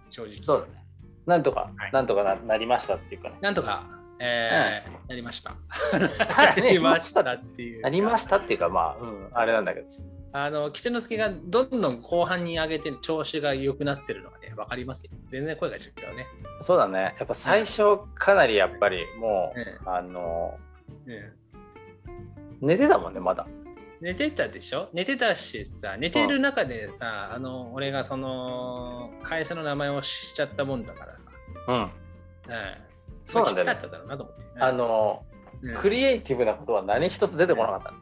正直。そうだね。なんとか、はいなんとかななりましたっていうかね。なんとか、えーやりました。は *laughs* いやりましたっていう。。なりましたたっていうかまあ、うん、あれなんだけどさ。あの、吉之助がどんどん後半に上げて調子が良くなってるのがね、わかりますよ。全然声が違うね。そうだね。やっぱ最初かなりやっぱりもう、えあの、え寝てたもんね、まだ。寝てたでしょ寝てたしさ、寝てる中でさ、あの、俺がその、会社の名前を知っちゃったもんだからさ。うん。うんそうなんだよねきつかっただろうなと思って。あの、うん、クリエイティブなことは何一つ出てこなかった。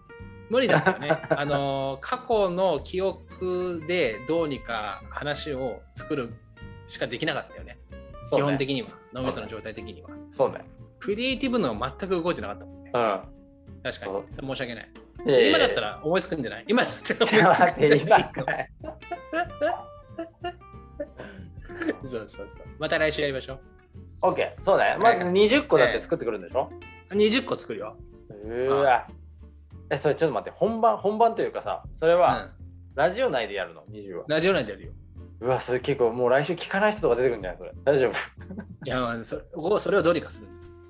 無理だったよね。あの過去の記憶でどうにか話を作るしかできなかったよね。そう基ね本的には、脳みその状態的には。そうね。クリエイティブのは全く動いてなかったもんね。うん。確かそうに。申し訳ない。いやいやいや今だった。ら思いつくんじゃない今だった *laughs* らちょっと待思っいつくてんじゃな今いかい *laughs* そうそうそう。また来週やりましょ *laughs* OK、そうだね。まず20個だって作ってくるんでしょ、う。20個作るよ。うわ。え、それちょっと待って、本番、本番というかさ、それうはん、ラジオ内でやるの、20は。ラジオ内でやるよ。うわ、それ結構もう来週聞かない人とか出てくるんじゃないそれ。大丈夫。 *laughs* いや、まあそれここそれをどうにかする。い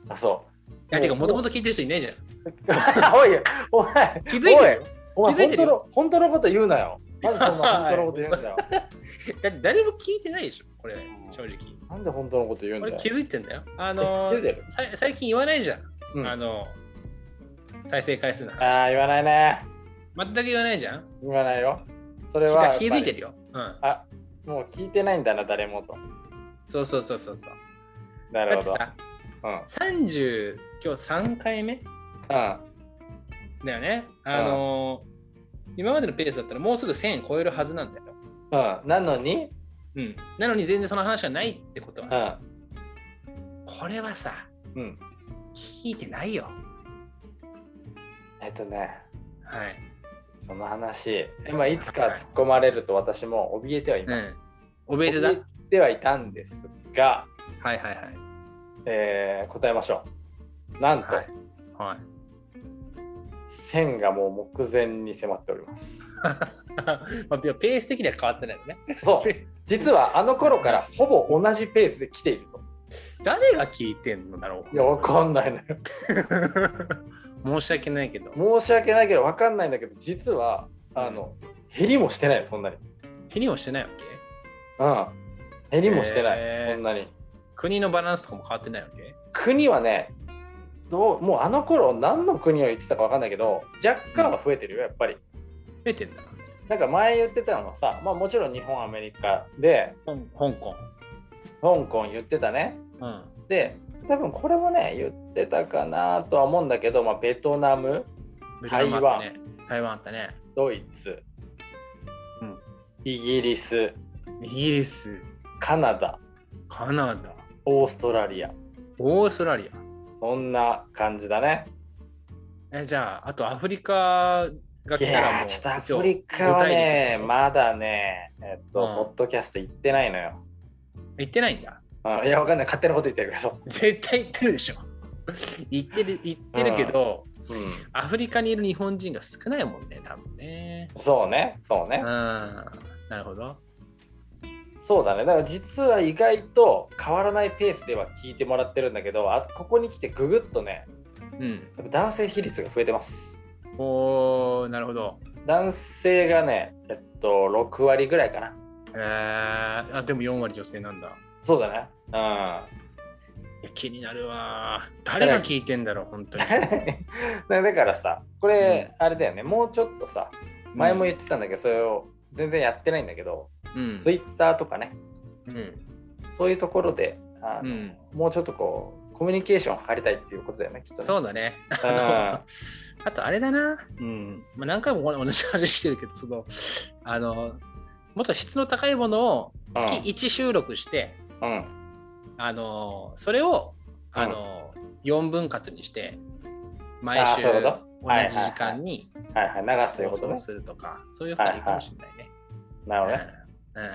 あ、そや、おてか、もともと聞いてる人いないじゃん。う。 *laughs* おい、おい、気づいてるよ。おい、気づい本て当るの、本当のこと言うなよ。なんでそんな本当のこと言うん *laughs* だよ。だって誰も聞いてないでしょ、これ、正直。なんで本当のこと言うんだ俺よ。気づいてんだよ。あのえ気づいてるさい最近言わないじゃん。うんああの再生回数の話。あ、言わないね。全く言わないじゃん。言わないよ。それ気は。気づいてる。るよ。うん。あ、もう聞いてないんだな、誰もと。そうそうそうそうそう。なだるってほど。さ、うん。 30今日3回目うん。だよね。あの今までのペースだったらもうすぐ1000超えるはずなんだよ。うん。なのに、うん。なのに全然その話がないってことはうさ、ん。これはさ、うん。聞いてないよ。えっとね、はい。その話、まあ、いつか突っ込まれると私も怯えてはいまうした。ん。おべでだ。は怯いえてはいたんですが、はいはい。えー答えましょう。なんと、はい。はい。線がもう目前に迫っております。 *laughs* まあ、ペース的には変わってないよね。そう、実はあの頃からほぼ同じペースで来ていると。誰が聞いてんのだろういや、わかんないのよ。 *laughs* 申し訳ないけど。申し訳ないけど、わかんないんだけど、実は、あの、減りもしてないの、そんなに。気にもしてないわけうん。減りもしてない、へーそんなに。国のバランスとかも変わってないわけ国はね、どうもうあの頃何の国を言ってたか分かんないけど若干は増えてるよやっぱり増えてんだ。なんか前言ってたのはさ、まあ、もちろん日本アメリカで香港。香港言ってたねうん。で多分これもね言ってたかなとは思うんだけど、まあ、ベトナム台ベ湾トナムあったね。台湾あったね。ドイツ、うんイギリスイギリス、カナダカナダ、オーストラリアオーストラリそんな感じだねア。えじゃあ、あとアフリカがい来たらやもーう。ちょっとアフリカ五はね大陸まだねえっと、うんポッドキャスト行ってないのよ、行ってないんだ。うん、いやわかんない勝手なこと言ってるけど、絶対行ってるでしょ。 *laughs* 行ってる、行ってるけど、うん、アフリカにいる日本人が少ないもんね、多分ね。そうねそううねん。、なるほど。そうだねだから実は意外と変わらないペースでは聞いてもらってるんだけどあここに来てググッとねうん。やっぱ男性比率が増えてますおー、なるほど。男性がねえっと6割ぐらいかなえー、あでも4割女性なんだ。そうだねうんい *laughs* や気になるわ。誰が聞いてんだろう、本当に。だだからさこれ、あれだよねもうちょっとさ前も言ってたんだけど、それを全然やってないんだけど、うん。ツイッターとかねうん。そういうところであうの、んもうちょっとこうコミュニケーションを図りたいっていうことだよねきっとねそうだね。うんあと *laughs* あれだな。うんまあ、何回もこの同じ話してるけど、その、あの、もっと質の高いものを月うん1収録して、うんあの、それを、あの、4分割にして、毎あー週そうい同うことじ時間にはいはい流すという放こと送ねするとか、そういう方がいいかもしれないね。なるほどねうん。うん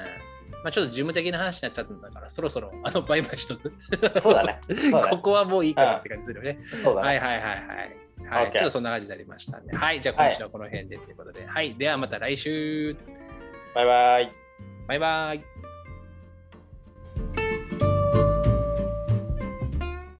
まあ、ちょっと事務的な話になっちゃったんだから、そろそろあのバイバイしとく。 *laughs* そうだねそうだこねこはもういいかなって感じするよね。そうだね、はいはいはいはい。はい、 OK ちょっとそんな感じになりましたね。はい、じゃあ今週はこの辺でということで。はい、ではまた来週。バイバイバイバイ。